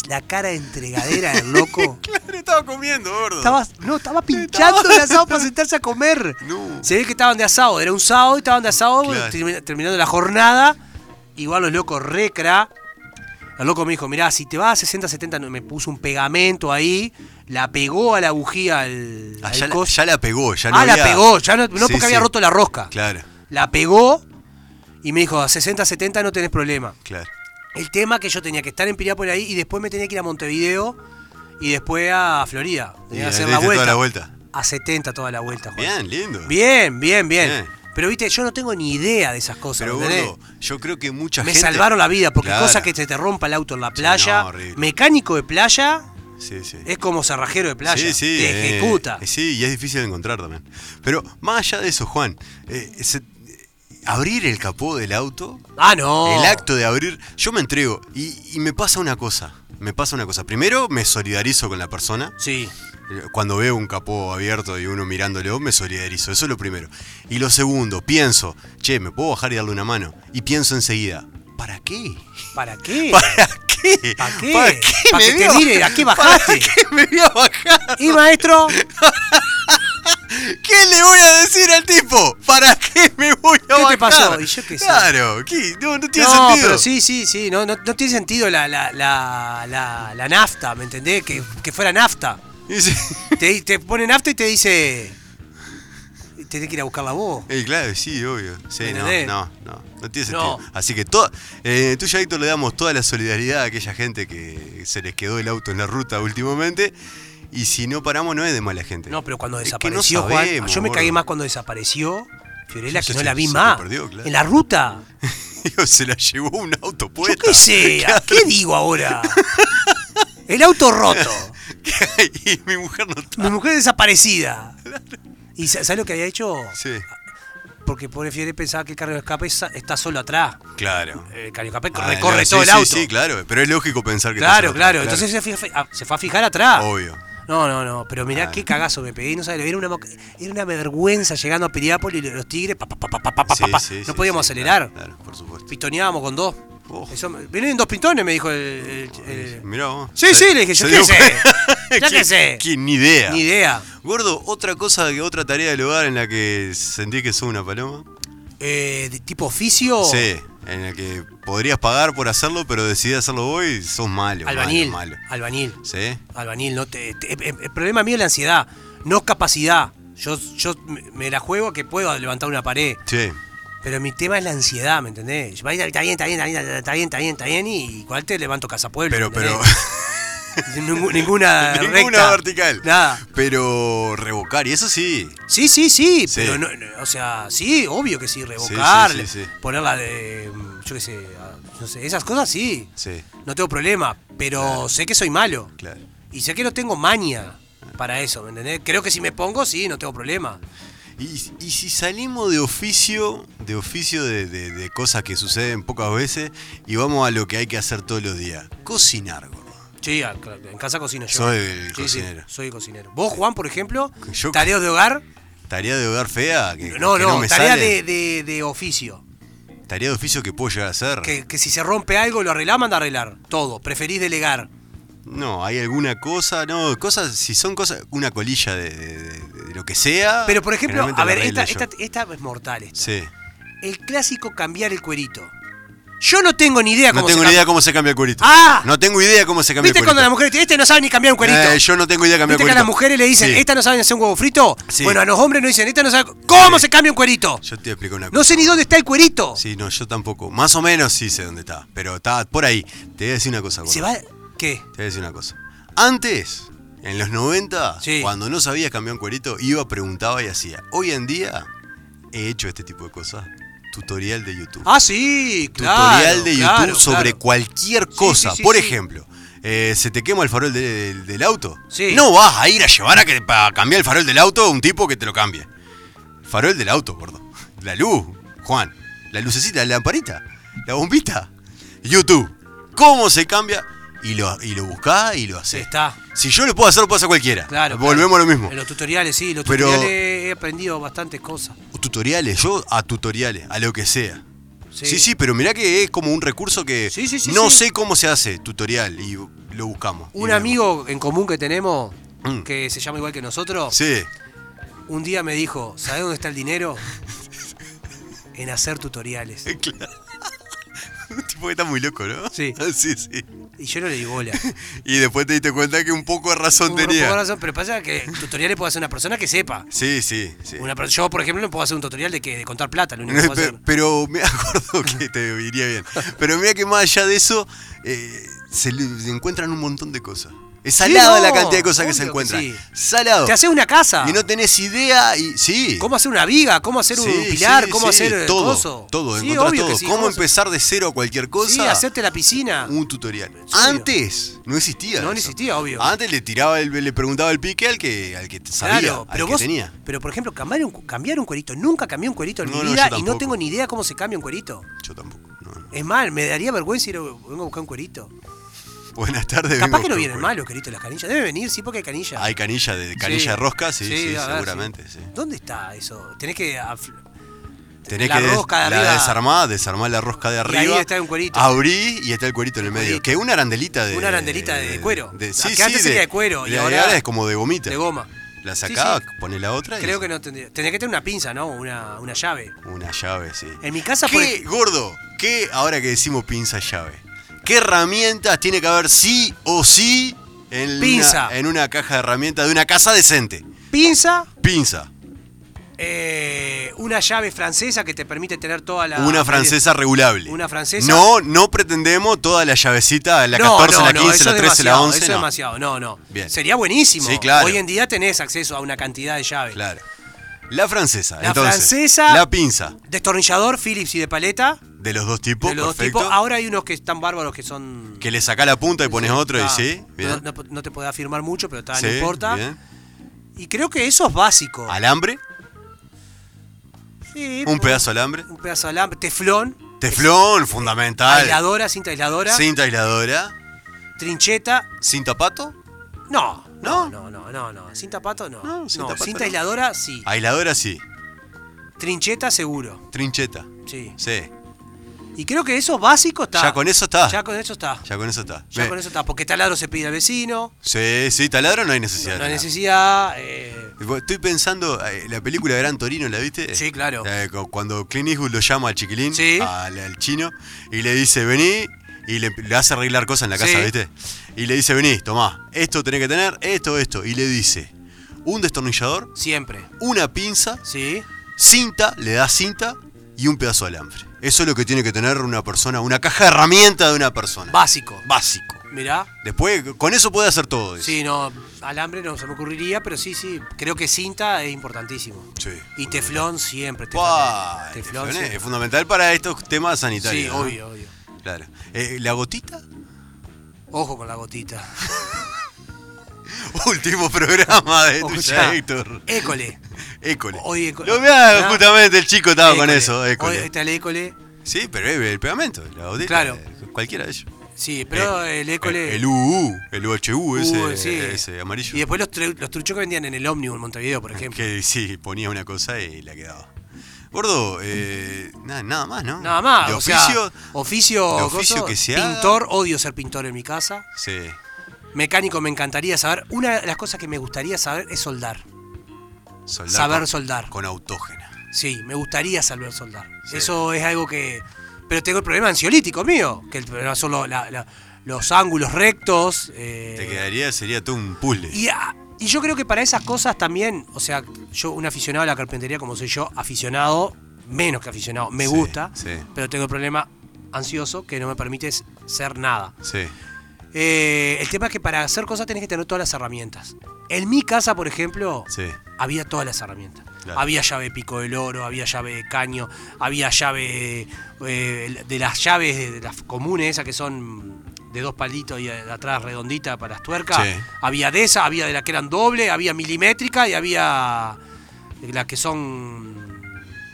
[SPEAKER 3] La cara de entregadera del loco.
[SPEAKER 2] *laughs* Claro, estaba comiendo, gordo.
[SPEAKER 3] Estaba, no, estaba pinchando el
[SPEAKER 2] *laughs*
[SPEAKER 3] asado para sentarse a comer.
[SPEAKER 2] No.
[SPEAKER 3] Se ve que estaban de asado, era un sábado y estaban de asado
[SPEAKER 2] Claro.
[SPEAKER 3] termi- terminando la jornada. Igual los locos recra. El loco me dijo, mirá, si te vas a 60, 70, no- me puso un pegamento ahí, la pegó a la bujía al,
[SPEAKER 2] Ah,
[SPEAKER 3] al
[SPEAKER 2] ya, la,
[SPEAKER 3] coso.
[SPEAKER 2] ya la pegó, ya no
[SPEAKER 3] ah, la
[SPEAKER 2] había-
[SPEAKER 3] pegó, ya no, no
[SPEAKER 2] Sí,
[SPEAKER 3] porque había
[SPEAKER 2] sí.
[SPEAKER 3] roto la rosca.
[SPEAKER 2] Claro,
[SPEAKER 3] La pegó y me dijo, a 60, 70 no tenés problema.
[SPEAKER 2] claro.
[SPEAKER 3] El tema que yo tenía que estar en Piriápolis ahí y después me tenía que ir a Montevideo y después a Florida. Tenía
[SPEAKER 2] Y
[SPEAKER 3] que hacer
[SPEAKER 2] le
[SPEAKER 3] la
[SPEAKER 2] diste
[SPEAKER 3] vuelta.
[SPEAKER 2] toda la vuelta.
[SPEAKER 3] A 70 toda la vuelta, Juan.
[SPEAKER 2] Bien, lindo.
[SPEAKER 3] Bien, bien, bien.
[SPEAKER 2] Bien.
[SPEAKER 3] Pero viste, yo no tengo ni idea de esas cosas.
[SPEAKER 2] Pero
[SPEAKER 3] ¿me entendés?
[SPEAKER 2] gordo, yo creo que mucha
[SPEAKER 3] me
[SPEAKER 2] gente.
[SPEAKER 3] salvaron la vida, porque
[SPEAKER 2] Claro.
[SPEAKER 3] cosa que se te rompa el auto en la playa,
[SPEAKER 2] no, horrible.
[SPEAKER 3] mecánico de playa
[SPEAKER 2] Sí, sí.
[SPEAKER 3] es como cerrajero de playa.
[SPEAKER 2] Sí, sí,
[SPEAKER 3] te
[SPEAKER 2] eh,
[SPEAKER 3] ejecuta.
[SPEAKER 2] eh, sí, y es difícil de encontrar también. Pero más allá de eso, Juan, eh, se- eh, abrir el capó del auto,
[SPEAKER 3] Ah, no.
[SPEAKER 2] el acto de abrir, yo me entrego y, y me pasa una cosa. Me pasa una cosa. Primero, me solidarizo con la persona.
[SPEAKER 3] Sí.
[SPEAKER 2] Eh, Cuando veo un capó abierto y uno mirándolo, me solidarizo. Eso es lo primero. Y lo segundo, pienso, che, me puedo bajar y darle una mano. Y pienso enseguida, ¿para qué?
[SPEAKER 3] ¿Para qué?
[SPEAKER 2] *laughs* ¿Para qué?
[SPEAKER 3] ¿Para qué?
[SPEAKER 2] ¿Para qué
[SPEAKER 3] ¿Para
[SPEAKER 2] me
[SPEAKER 3] que te
[SPEAKER 2] veo- *laughs*
[SPEAKER 3] mire? ¿A qué
[SPEAKER 2] ¿Para
[SPEAKER 3] bajaste?
[SPEAKER 2] qué me voy a bajar?
[SPEAKER 3] Y
[SPEAKER 2] *laughs*
[SPEAKER 3] maestro,
[SPEAKER 2] ¿Qué le voy a decir al tipo? ¿Para qué me voy a
[SPEAKER 3] ¿Qué
[SPEAKER 2] bajar?
[SPEAKER 3] te pasó? Y yo qué sé.
[SPEAKER 2] Claro, ¿qué? No, no tiene
[SPEAKER 3] no,
[SPEAKER 2] sentido.
[SPEAKER 3] pero sí, sí, sí, no, no, no tiene sentido la, la, la, la, la nafta, ¿me entendés? Que, que fuera nafta.
[SPEAKER 2] Y sí.
[SPEAKER 3] Te, te pone nafta y te dice, tenés que ir a buscarla vos.
[SPEAKER 2] Eh, claro, sí, obvio. Sí, no,
[SPEAKER 3] ¿Entendés?
[SPEAKER 2] no, no. No tiene
[SPEAKER 3] No.
[SPEAKER 2] sentido. Así que toda, eh, tú ya, Héctor, le damos toda la solidaridad a aquella gente que se les quedó el auto en la ruta últimamente. Y si no paramos, no es de mala gente.
[SPEAKER 3] No, pero cuando
[SPEAKER 2] Este, Es que no
[SPEAKER 3] desapareció, Juan,
[SPEAKER 2] sabemos,
[SPEAKER 3] yo me cagué
[SPEAKER 2] gordo. *laughs*
[SPEAKER 3] más cuando desapareció Fiorella,
[SPEAKER 2] Sí,
[SPEAKER 3] que
[SPEAKER 2] sí,
[SPEAKER 3] no
[SPEAKER 2] sí,
[SPEAKER 3] la vi
[SPEAKER 2] se
[SPEAKER 3] más.
[SPEAKER 2] lo perdió, claro.
[SPEAKER 3] En la ruta.
[SPEAKER 2] se la llevó un auto
[SPEAKER 3] Yo
[SPEAKER 2] puesta.
[SPEAKER 3] qué sé, ¿a ¿qué digo ahora? El auto roto,
[SPEAKER 2] *laughs* y mi mujer no está.
[SPEAKER 3] mi mujer desaparecida. ¿Y sa- sabes lo que había hecho?
[SPEAKER 2] Sí,
[SPEAKER 3] Porque pobre Fiorella pensaba que el carro de escape sa- está solo atrás.
[SPEAKER 2] claro.
[SPEAKER 3] El carro de escape
[SPEAKER 2] Ah,
[SPEAKER 3] recorre
[SPEAKER 2] no, sí,
[SPEAKER 3] todo el
[SPEAKER 2] sí,
[SPEAKER 3] auto.
[SPEAKER 2] Sí, claro, pero es lógico pensar que está
[SPEAKER 3] Claro,
[SPEAKER 2] solo,
[SPEAKER 3] claro. Entonces ah. se fue, a fi- a- se fue a fijar atrás.
[SPEAKER 2] Obvio.
[SPEAKER 3] No, no, no. Pero mirá
[SPEAKER 2] Ah.
[SPEAKER 3] qué cagazo me pegué. No sabés, era una, moca- era una vergüenza llegando a Piriápolis los tigres. pa, pa, pa, pa, pa, pa, pa,
[SPEAKER 2] Sí,
[SPEAKER 3] pa.
[SPEAKER 2] sí,
[SPEAKER 3] no
[SPEAKER 2] sí,
[SPEAKER 3] podíamos
[SPEAKER 2] sí,
[SPEAKER 3] acelerar.
[SPEAKER 2] Claro, claro, por supuesto.
[SPEAKER 3] Pitoneábamos con dos.
[SPEAKER 2] Oh.
[SPEAKER 3] Eso me- vinieron dos pintones, me dijo el. el- el-
[SPEAKER 2] Mirá vos.
[SPEAKER 3] Sí,
[SPEAKER 2] Se-
[SPEAKER 3] sí, le dije, yo
[SPEAKER 2] se
[SPEAKER 3] qué
[SPEAKER 2] dio
[SPEAKER 3] sé.
[SPEAKER 2] cuenta.
[SPEAKER 3] Yo qué sé.
[SPEAKER 2] Que Ni idea.
[SPEAKER 3] Ni idea.
[SPEAKER 2] Gordo, otra cosa, que otra tarea del hogar en la que sentí que sos una paloma.
[SPEAKER 3] Eh, de tipo oficio.
[SPEAKER 2] Sí, en la que podrías pagar por hacerlo, pero decidí hacerlo hoy, sos malo.
[SPEAKER 3] Albanil.
[SPEAKER 2] Malo, malo.
[SPEAKER 3] Albanil.
[SPEAKER 2] Sí.
[SPEAKER 3] Albanil. No te, te- eh, eh, el problema mío es la ansiedad. No es capacidad. Yo, yo me- me la juego a que puedo levantar una pared.
[SPEAKER 2] Sí.
[SPEAKER 3] Pero mi tema es la ansiedad, ¿me entendés? Va a ir, Está bien, está bien, está bien, está bien, está bien, está bien, y igual te levanto Casa Pueblo.
[SPEAKER 2] Pero,
[SPEAKER 3] ¿me
[SPEAKER 2] pero.
[SPEAKER 3] *laughs* entendés?
[SPEAKER 2] *laughs*
[SPEAKER 3] Ningú- ninguna
[SPEAKER 2] ninguna
[SPEAKER 3] Eh, recta,
[SPEAKER 2] vertical.
[SPEAKER 3] Nada.
[SPEAKER 2] Pero revocar, y eso sí.
[SPEAKER 3] Sí, sí, sí,
[SPEAKER 2] Sí.
[SPEAKER 3] pero no, no, o sea, sí, obvio que sí, revocar,
[SPEAKER 2] Sí, sí, sí, sí.
[SPEAKER 3] ponerla de, mm, yo qué sé, a- no sé, esas cosas sí,
[SPEAKER 2] Sí,
[SPEAKER 3] no tengo problema, pero sé que soy malo
[SPEAKER 2] claro.
[SPEAKER 3] y sé que no tengo maña para eso, ¿me entendés? Creo que si me pongo, sí, no tengo problema.
[SPEAKER 2] Y, y si salimos de oficio, de oficio de, de- de cosas que suceden pocas veces, y vamos a lo que hay que hacer todos los días, cocinar, gordo.
[SPEAKER 3] Sí, ah, claro, en casa cocino yo.
[SPEAKER 2] Soy el
[SPEAKER 3] Sí, sí,
[SPEAKER 2] cocinero.
[SPEAKER 3] soy el cocinero. Vos, Juan, por ejemplo,
[SPEAKER 2] Yo-
[SPEAKER 3] tareas de hogar,
[SPEAKER 2] Tarea de hogar fea, que que
[SPEAKER 3] No, no,
[SPEAKER 2] me
[SPEAKER 3] tarea
[SPEAKER 2] sale.
[SPEAKER 3] de, de- de oficio.
[SPEAKER 2] Tarea de oficio que puedo llegar a hacer.
[SPEAKER 3] Que, que si se rompe algo, lo arreglás, manda a arreglar. Todo. Preferís delegar.
[SPEAKER 2] No, hay alguna cosa, no, cosas, si son cosas, una colilla de, de- de- de lo que sea.
[SPEAKER 3] Pero, por ejemplo,
[SPEAKER 2] generalmente
[SPEAKER 3] a
[SPEAKER 2] la
[SPEAKER 3] ver,
[SPEAKER 2] arreglo
[SPEAKER 3] esta,
[SPEAKER 2] yo.
[SPEAKER 3] esta, esta es mortal. esta.
[SPEAKER 2] Sí,
[SPEAKER 3] El clásico cambiar el cuerito. Yo no tengo ni idea
[SPEAKER 2] No
[SPEAKER 3] cómo
[SPEAKER 2] tengo
[SPEAKER 3] se
[SPEAKER 2] ni idea
[SPEAKER 3] cambia.
[SPEAKER 2] cómo se cambia el cuerito.
[SPEAKER 3] ¡Ah!
[SPEAKER 2] No tengo idea cómo se cambia
[SPEAKER 3] ¿Viste
[SPEAKER 2] el
[SPEAKER 3] cuando
[SPEAKER 2] cuerito.
[SPEAKER 3] las mujeres dicen, este no sabe ni cambiar un cuerito?
[SPEAKER 2] Eh, yo no tengo idea de cambiar
[SPEAKER 3] ¿Viste
[SPEAKER 2] el
[SPEAKER 3] que
[SPEAKER 2] cuerito.
[SPEAKER 3] a las mujeres le dicen,
[SPEAKER 2] Sí.
[SPEAKER 3] esta no sabe hacer un huevo frito?
[SPEAKER 2] Sí.
[SPEAKER 3] Bueno, a los hombres no dicen, esta no sabe. ¿Cómo
[SPEAKER 2] Sí.
[SPEAKER 3] se cambia un cuerito?
[SPEAKER 2] Yo te explico una cosa.
[SPEAKER 3] No sé ni dónde está el cuerito.
[SPEAKER 2] Sí, no, yo tampoco. Más o menos sí sé dónde está. Pero está por ahí. Te voy a decir una cosa, gordo.
[SPEAKER 3] ¿Se va? ¿Qué?
[SPEAKER 2] Te voy a decir una cosa. Antes, en los 90,
[SPEAKER 3] Sí.
[SPEAKER 2] cuando no sabía cambiar un cuerito, iba, preguntaba y hacía. Hoy en día he hecho este tipo de cosas. Tutorial de YouTube.
[SPEAKER 3] Ah, sí, claro.
[SPEAKER 2] Tutorial de YouTube
[SPEAKER 3] claro,
[SPEAKER 2] sobre
[SPEAKER 3] claro.
[SPEAKER 2] cualquier cosa.
[SPEAKER 3] sí, sí,
[SPEAKER 2] por
[SPEAKER 3] sí.
[SPEAKER 2] ejemplo, eh, ¿se te quema el farol de- del- del auto?
[SPEAKER 3] Sí.
[SPEAKER 2] No vas a ir a llevar a que para cambiar el farol del auto a un tipo que te lo cambie. Farol del auto, gordo. La luz, Juan. La lucecita, la lamparita, la bombita. YouTube. ¿Cómo se cambia? Y lo, y lo buscás y lo haces.
[SPEAKER 3] Está.
[SPEAKER 2] Si yo lo puedo hacer, lo puede hacer cualquiera.
[SPEAKER 3] Claro.
[SPEAKER 2] Volvemos
[SPEAKER 3] claro.
[SPEAKER 2] a lo mismo.
[SPEAKER 3] En los tutoriales, sí, en los
[SPEAKER 2] Pero-
[SPEAKER 3] tutoriales he aprendido bastantes cosas.
[SPEAKER 2] Tutoriales, yo a tutoriales, a lo que sea.
[SPEAKER 3] Sí.
[SPEAKER 2] Sí. sí, pero mirá que es como un recurso que
[SPEAKER 3] Sí, sí, sí,
[SPEAKER 2] no
[SPEAKER 3] sí.
[SPEAKER 2] sé cómo se hace, tutorial, y lo buscamos. Y
[SPEAKER 3] Un
[SPEAKER 2] vemos.
[SPEAKER 3] amigo en común que tenemos,
[SPEAKER 2] Mm.
[SPEAKER 3] que se llama igual que nosotros,
[SPEAKER 2] Sí, *laughs*
[SPEAKER 3] un día me dijo, ¿sabes dónde está el dinero? En hacer tutoriales.
[SPEAKER 2] claro. Un tipo que está muy loco, ¿no?
[SPEAKER 3] Sí.
[SPEAKER 2] *laughs* Sí, sí.
[SPEAKER 3] Y yo no le digo
[SPEAKER 2] *laughs*
[SPEAKER 3] bola.
[SPEAKER 2] Y después te diste cuenta que un poco de razón
[SPEAKER 3] Un
[SPEAKER 2] tenía.
[SPEAKER 3] poco razón, pero pasa que tutoriales puede hacer una persona que sepa.
[SPEAKER 2] Sí, sí, sí. *laughs*
[SPEAKER 3] Una per- yo, por ejemplo, no puedo hacer un tutorial de, que, de contar plata, lo único que
[SPEAKER 2] No,
[SPEAKER 3] puedo
[SPEAKER 2] pe-
[SPEAKER 3] hacer.
[SPEAKER 2] pero me *laughs* acuerdo que te diría bien. Pero mira que más allá de eso, eh, se le- se encuentran un montón de cosas. Es salada
[SPEAKER 3] no,
[SPEAKER 2] la cantidad de cosas que se
[SPEAKER 3] obvio que
[SPEAKER 2] encuentran.
[SPEAKER 3] sí.
[SPEAKER 2] Salado.
[SPEAKER 3] Te haces una casa.
[SPEAKER 2] Y no tenés idea y. Sí.
[SPEAKER 3] ¿Cómo hacer una viga? ¿Cómo hacer un
[SPEAKER 2] Sí,
[SPEAKER 3] pilar?
[SPEAKER 2] sí,
[SPEAKER 3] ¿Cómo
[SPEAKER 2] sí,
[SPEAKER 3] hacer eh,
[SPEAKER 2] todo?
[SPEAKER 3] coso?
[SPEAKER 2] Todo,
[SPEAKER 3] Sí,
[SPEAKER 2] encontrás
[SPEAKER 3] obvio que
[SPEAKER 2] todo.
[SPEAKER 3] sí,
[SPEAKER 2] ¿Cómo
[SPEAKER 3] ¿cómo hacer-
[SPEAKER 2] empezar de cero a cualquier cosa?
[SPEAKER 3] Sí, hacerte la piscina.
[SPEAKER 2] Un tutorial.
[SPEAKER 3] serio?
[SPEAKER 2] Antes no existía.
[SPEAKER 3] No, no
[SPEAKER 2] eso.
[SPEAKER 3] existía, obvio.
[SPEAKER 2] Antes le tiraba el- le preguntaba el pique al que al que sabía,
[SPEAKER 3] Claro,
[SPEAKER 2] al
[SPEAKER 3] pero
[SPEAKER 2] que
[SPEAKER 3] vos,
[SPEAKER 2] tenía.
[SPEAKER 3] pero por ejemplo, cambiar un, cambiar un cuerito. Nunca cambié un cuerito en
[SPEAKER 2] No,
[SPEAKER 3] mi
[SPEAKER 2] no,
[SPEAKER 3] vida
[SPEAKER 2] yo
[SPEAKER 3] y no
[SPEAKER 2] tampoco.
[SPEAKER 3] tengo ni idea cómo se cambia un cuerito.
[SPEAKER 2] Yo tampoco. no, *laughs* no.
[SPEAKER 3] Es mal, me daría vergüenza ir a, vengo a buscar un cuerito.
[SPEAKER 2] Buenas tardes. vengo
[SPEAKER 3] Capaz que no
[SPEAKER 2] con-
[SPEAKER 3] vienen
[SPEAKER 2] con-
[SPEAKER 3] mal los cueritos de las canillas. Debe venir, sí, porque hay canillas.
[SPEAKER 2] Hay canilla de canilla
[SPEAKER 3] Sí.
[SPEAKER 2] de rosca, sí,
[SPEAKER 3] Sí,
[SPEAKER 2] sí,
[SPEAKER 3] a ver,
[SPEAKER 2] seguramente, sí.
[SPEAKER 3] ¿Dónde está eso? Tenés que. afl-
[SPEAKER 2] Tenés
[SPEAKER 3] La
[SPEAKER 2] que des-
[SPEAKER 3] rosca de
[SPEAKER 2] la
[SPEAKER 3] arriba.
[SPEAKER 2] desarmar, desarmar la rosca de arriba.
[SPEAKER 3] ahí está un cuerito.
[SPEAKER 2] Abrí y está el cuerito en el medio.
[SPEAKER 3] cuerito.
[SPEAKER 2] Que una arandelita de.
[SPEAKER 3] Una arandelita de cuero.
[SPEAKER 2] de-
[SPEAKER 3] Ah,
[SPEAKER 2] sí,
[SPEAKER 3] que
[SPEAKER 2] sí,
[SPEAKER 3] antes era de cuero y ahora-
[SPEAKER 2] es como de gomita.
[SPEAKER 3] de goma.
[SPEAKER 2] La
[SPEAKER 3] Sí,
[SPEAKER 2] sacás,
[SPEAKER 3] sí.
[SPEAKER 2] pones la otra y.
[SPEAKER 3] Creo que no tendría. Tendría que tener una pinza, ¿no? Una, una llave.
[SPEAKER 2] Una llave, sí.
[SPEAKER 3] En mi casa, por
[SPEAKER 2] ¿Qué,
[SPEAKER 3] ej-
[SPEAKER 2] gordo? ¿Qué, ahora que decimos pinza llave? ¿Qué herramientas tiene que haber sí o sí en,
[SPEAKER 3] Pinza.
[SPEAKER 2] Una, en una caja de herramientas de una casa decente?
[SPEAKER 3] Pinza,
[SPEAKER 2] Pinza.
[SPEAKER 3] eh, una llave francesa que te permite tener toda la. eh,
[SPEAKER 2] Una francesa regulable.
[SPEAKER 3] Una francesa.
[SPEAKER 2] No, no pretendemos toda la llavecita, la
[SPEAKER 3] No,
[SPEAKER 2] 14,
[SPEAKER 3] no,
[SPEAKER 2] la
[SPEAKER 3] no,
[SPEAKER 2] 15,
[SPEAKER 3] eso
[SPEAKER 2] la
[SPEAKER 3] es
[SPEAKER 2] 13, la
[SPEAKER 3] demasiado,
[SPEAKER 2] 11.
[SPEAKER 3] Eso
[SPEAKER 2] no.
[SPEAKER 3] es demasiado, no, no.
[SPEAKER 2] Bien.
[SPEAKER 3] Sería buenísimo.
[SPEAKER 2] Sí, claro.
[SPEAKER 3] Hoy en día tenés acceso a una cantidad de llaves.
[SPEAKER 2] Claro. La francesa.
[SPEAKER 3] La
[SPEAKER 2] entonces,
[SPEAKER 3] francesa-
[SPEAKER 2] La pinza.
[SPEAKER 3] Destornillador, Phillips y de paleta.
[SPEAKER 2] De los dos tipos.
[SPEAKER 3] de los dos
[SPEAKER 2] perfecto.
[SPEAKER 3] tipos. ah. Ahora hay unos que están bárbaros que son.
[SPEAKER 2] Que le saca la punta y pones otro y
[SPEAKER 3] Ah,
[SPEAKER 2] sí. Bien.
[SPEAKER 3] No, no- no te puedo afirmar mucho, pero está, no
[SPEAKER 2] Sí,
[SPEAKER 3] importa.
[SPEAKER 2] bien.
[SPEAKER 3] Y creo que eso es básico.
[SPEAKER 2] Alambre.
[SPEAKER 3] Sí,
[SPEAKER 2] Un
[SPEAKER 3] pues,
[SPEAKER 2] pedazo de alambre.
[SPEAKER 3] Un pedazo de alambre. Teflón.
[SPEAKER 2] Teflón, fundamental.
[SPEAKER 3] Aisladora, cinta aisladora.
[SPEAKER 2] Cinta aisladora.
[SPEAKER 3] Trincheta.
[SPEAKER 2] Cinta pato.
[SPEAKER 3] No.
[SPEAKER 2] ¿No?
[SPEAKER 3] No, no, no, no. Cinta pato, no.
[SPEAKER 2] No,
[SPEAKER 3] No,
[SPEAKER 2] cinta
[SPEAKER 3] cinta,
[SPEAKER 2] pato no.
[SPEAKER 3] aisladora, sí.
[SPEAKER 2] Aisladora, sí.
[SPEAKER 3] Trincheta, seguro.
[SPEAKER 2] Trincheta.
[SPEAKER 3] Sí.
[SPEAKER 2] Sí.
[SPEAKER 3] Y creo que eso básico está.
[SPEAKER 2] Ya con eso está.
[SPEAKER 3] Ya con eso está.
[SPEAKER 2] Ya con eso está.
[SPEAKER 3] Ya
[SPEAKER 2] Bien.
[SPEAKER 3] con eso está. Porque taladro se pide al vecino.
[SPEAKER 2] Sí, sí, taladro no hay necesidad. de
[SPEAKER 3] No hay
[SPEAKER 2] nada.
[SPEAKER 3] necesidad. eh,
[SPEAKER 2] Estoy pensando, eh, la película Gran Torino, ¿la viste?
[SPEAKER 3] Sí, claro.
[SPEAKER 2] Eh, cu- cuando Clint Eastwood lo llama al chiquilín,
[SPEAKER 3] Sí.
[SPEAKER 2] al, al chino, y le dice, vení, y le, le hace arreglar cosas en la casa,
[SPEAKER 3] Sí.
[SPEAKER 2] ¿viste? Y le dice, vení, tomá, esto tenés que tener, esto, esto. Y le dice, un destornillador,
[SPEAKER 3] siempre.
[SPEAKER 2] una pinza,
[SPEAKER 3] Sí.
[SPEAKER 2] cinta, le da cinta, y un pedazo de alambre. Eso es lo que tiene que tener una persona, una caja de herramientas de una persona.
[SPEAKER 3] Básico.
[SPEAKER 2] Básico.
[SPEAKER 3] Mirá.
[SPEAKER 2] Después, con eso puede hacer todo. dice.
[SPEAKER 3] Sí, no. Alambre no se me ocurriría, pero sí, sí. Creo que cinta es importantísimo.
[SPEAKER 2] Sí,
[SPEAKER 3] Y teflón siempre. Teflón,
[SPEAKER 2] Buah, el
[SPEAKER 3] teflón
[SPEAKER 2] teflón es,
[SPEAKER 3] siempre.
[SPEAKER 2] es fundamental para estos temas sanitarios.
[SPEAKER 3] Sí,
[SPEAKER 2] ¿no?
[SPEAKER 3] obvio, obvio.
[SPEAKER 2] Claro. Eh, ¿La gotita? *laughs*
[SPEAKER 3] Ojo con la gotita.
[SPEAKER 2] Último programa de
[SPEAKER 3] Ojo,
[SPEAKER 2] tuya,
[SPEAKER 3] ya.
[SPEAKER 2] Héctor. *laughs*
[SPEAKER 3] École.
[SPEAKER 2] École.
[SPEAKER 3] Hoy École.
[SPEAKER 2] Lo mirá,
[SPEAKER 3] Mirá.
[SPEAKER 2] justamente el chico estaba Ah, con
[SPEAKER 3] École.
[SPEAKER 2] eso, école.
[SPEAKER 3] Hoy está el école.
[SPEAKER 2] Sí, pero es el pegamento, la gotita.
[SPEAKER 3] Claro.
[SPEAKER 2] eh, Cualquiera de ellos. Eh,
[SPEAKER 3] Sí, pero el école.
[SPEAKER 2] El UU, el UHU, ese,
[SPEAKER 3] Uh, sí.
[SPEAKER 2] ese amarillo.
[SPEAKER 3] Y después los, tru- los truchos que vendían en el ómnibus en Montevideo, por ejemplo.
[SPEAKER 2] Que sí, ponía una cosa y la quedaba. Gordo, eh, nada, nada más, ¿no?
[SPEAKER 3] Nada más.
[SPEAKER 2] De
[SPEAKER 3] o
[SPEAKER 2] oficio.
[SPEAKER 3] sea, oficio,
[SPEAKER 2] de oficio
[SPEAKER 3] coso,
[SPEAKER 2] que se haga.
[SPEAKER 3] pintor, odio ser pintor en mi casa.
[SPEAKER 2] Sí.
[SPEAKER 3] Mecánico me encantaría saber. Una de las cosas que me gustaría saber es soldar.
[SPEAKER 2] Soldar
[SPEAKER 3] Saber
[SPEAKER 2] con-
[SPEAKER 3] soldar.
[SPEAKER 2] Con autógena.
[SPEAKER 3] Sí, me gustaría saber soldar.
[SPEAKER 2] Sí.
[SPEAKER 3] Eso es algo que Pero tengo el problema ansiolítico mío, que el problema son lo- la- la- los ángulos rectos. eh,
[SPEAKER 2] Te quedaría, sería todo un puzzle.
[SPEAKER 3] y, a- y yo creo que para esas cosas también, o sea, yo un aficionado a la carpintería como soy yo, aficionado, menos que aficionado, me
[SPEAKER 2] Sí,
[SPEAKER 3] gusta,
[SPEAKER 2] sí.
[SPEAKER 3] pero tengo el problema ansioso que no me permite s- ser nada.
[SPEAKER 2] Sí.
[SPEAKER 3] Eh, el tema es que para hacer cosas tenés que tener todas las herramientas. En mi casa, por ejemplo,
[SPEAKER 2] Sí.
[SPEAKER 3] había todas las herramientas.
[SPEAKER 2] Claro.
[SPEAKER 3] Había llave de pico del oro, había llave de caño, había llave eh, de las llaves de, de las comunes, esas que son de dos palitos y de atrás redondita para las tuercas.
[SPEAKER 2] Sí.
[SPEAKER 3] Había de esa, había de la que eran doble, había milimétrica y había de las que son.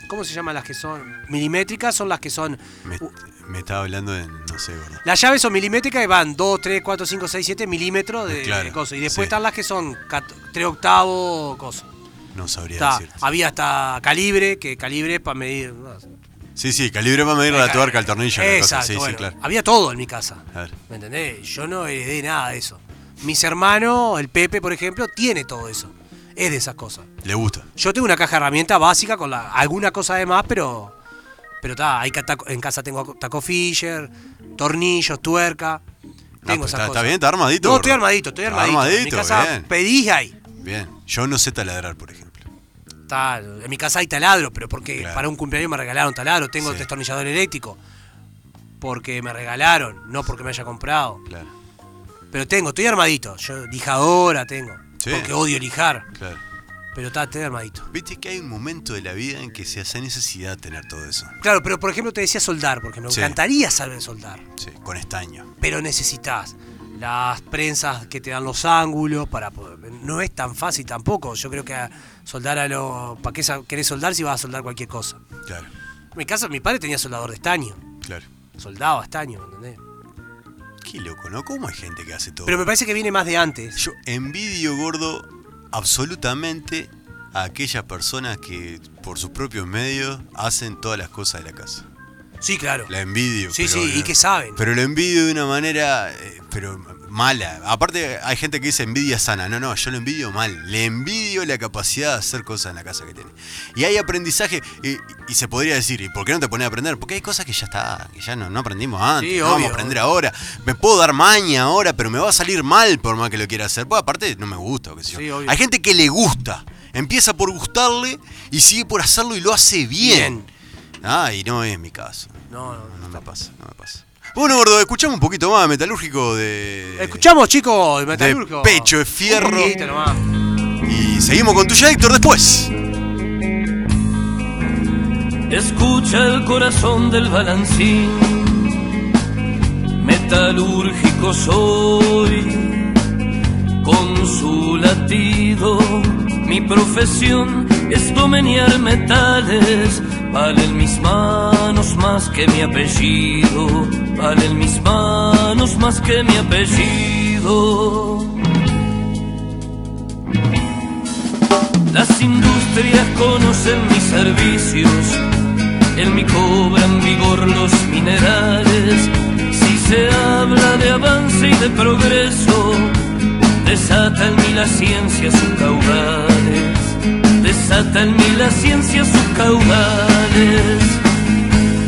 [SPEAKER 3] ¿Cómo se llaman las que son? Milimétricas son las que son.
[SPEAKER 2] Me, me estaba hablando de. No sé, gordo.
[SPEAKER 3] Las llaves son milimétricas y van 2, 3, 4, 5, 6, 7 milímetros de,
[SPEAKER 2] Claro,
[SPEAKER 3] de cosa. Y
[SPEAKER 2] sí.
[SPEAKER 3] después están las que son 3 octavos, cosa.
[SPEAKER 2] No sabría
[SPEAKER 3] Está-
[SPEAKER 2] decirte.
[SPEAKER 3] había hasta calibre, que calibre para medir. no,
[SPEAKER 2] Sí, sí, calibre para medir la
[SPEAKER 3] ca-
[SPEAKER 2] tuerca, el tornillo. la cosa.
[SPEAKER 3] Exacto,
[SPEAKER 2] Sí, sí,
[SPEAKER 3] bueno,
[SPEAKER 2] claro.
[SPEAKER 3] Había todo en mi casa.
[SPEAKER 2] Claro.
[SPEAKER 3] ¿Me entendés? Yo no heredé nada de eso. Mis hermanos, el Pepe, por ejemplo, tiene todo eso. Es de esas cosas.
[SPEAKER 2] Le gusta.
[SPEAKER 3] Yo tengo una caja de herramientas básica con la- alguna cosa de más, pero. Pero está, hay cata- en casa tengo taco Fisher, tornillos, tuerca.
[SPEAKER 2] Ah,
[SPEAKER 3] Tengo
[SPEAKER 2] pues
[SPEAKER 3] esas
[SPEAKER 2] está, está
[SPEAKER 3] cosas.
[SPEAKER 2] bien, está armadito.
[SPEAKER 3] No,
[SPEAKER 2] gordo.
[SPEAKER 3] estoy armadito, estoy
[SPEAKER 2] Está
[SPEAKER 3] armadito. en mi
[SPEAKER 2] Armadito,
[SPEAKER 3] casa
[SPEAKER 2] bien.
[SPEAKER 3] pedís ahí.
[SPEAKER 2] Bien. Yo no sé taladrar, por ejemplo.
[SPEAKER 3] Está- en mi casa hay taladro, pero porque
[SPEAKER 2] Claro.
[SPEAKER 3] para un cumpleaños me regalaron taladro. Tengo
[SPEAKER 2] Sí.
[SPEAKER 3] destornillador eléctrico. Porque me regalaron, no porque me haya comprado.
[SPEAKER 2] Claro,
[SPEAKER 3] Pero tengo, estoy armadito. Yo lijadora tengo.
[SPEAKER 2] Sí.
[SPEAKER 3] Porque odio lijar.
[SPEAKER 2] claro.
[SPEAKER 3] Pero está, estoy armadito.
[SPEAKER 2] Viste que hay un momento de la vida en que se hace necesidad tener todo eso.
[SPEAKER 3] Claro, pero por ejemplo te decía soldar, porque me
[SPEAKER 2] Sí.
[SPEAKER 3] encantaría saber soldar.
[SPEAKER 2] Sí, con estaño.
[SPEAKER 3] Pero necesitas las prensas que te dan los ángulos para poder. No es tan fácil tampoco. Yo creo que a- soldar a lo. ¿Para qué sa- querés soldar si vas a soldar cualquier cosa?
[SPEAKER 2] Claro,
[SPEAKER 3] En mi casa, mi padre tenía soldador de estaño.
[SPEAKER 2] claro.
[SPEAKER 3] soldado estaño, ¿me ¿entendés?
[SPEAKER 2] Qué loco, ¿no? ¿Cómo hay gente que hace todo?
[SPEAKER 3] Pero me parece que viene más de antes.
[SPEAKER 2] Yo envidio, gordo, absolutamente a aquellas personas que por sus propios medios hacen todas las cosas de la casa.
[SPEAKER 3] Sí, claro.
[SPEAKER 2] La envidio.
[SPEAKER 3] Sí,
[SPEAKER 2] pero-
[SPEAKER 3] sí, y que saben.
[SPEAKER 2] Pero lo envidio de una manera, eh, pero mala. Aparte, hay gente que dice envidia sana. No, no, yo lo envidio mal. Le envidio la capacidad de hacer cosas en la casa que tiene. Y hay aprendizaje, y, y se podría decir, ¿y por qué no te pones a aprender? Porque hay cosas que ya está, que ya no, no aprendimos antes.
[SPEAKER 3] Sí,
[SPEAKER 2] no vamos
[SPEAKER 3] obvio.
[SPEAKER 2] a aprender ahora. Me puedo dar maña ahora, pero me va a salir mal por más que lo quiera hacer. Pues aparte, no me gusta. o qué sé yo.
[SPEAKER 3] Sí, obvio.
[SPEAKER 2] Hay gente que le gusta. Empieza por gustarle y sigue por hacerlo y lo hace bien.
[SPEAKER 3] Bien.
[SPEAKER 2] Ah, y no es mi caso.
[SPEAKER 3] No, no,
[SPEAKER 2] No me pasa, no me pasa. Bueno, gordo, escuchamos un poquito más de metalúrgico de.
[SPEAKER 3] Escuchamos, chicos, el metalurgo.
[SPEAKER 2] pecho de fierro.
[SPEAKER 3] Un poquito nomás.
[SPEAKER 2] Y seguimos con tuya, Héctor, después.
[SPEAKER 4] Escucha el corazón del balancín, metalúrgico soy, con su latido. Mi profesión es domeñar metales, valen mis manos más que mi apellido, valen mis manos más que mi apellido. Las industrias conocen mis servicios, en mí cobran vigor los minerales. Si se habla de avance y de progreso, desata en mí la ciencia sus caudales. Desata en mí la ciencia sus caudales.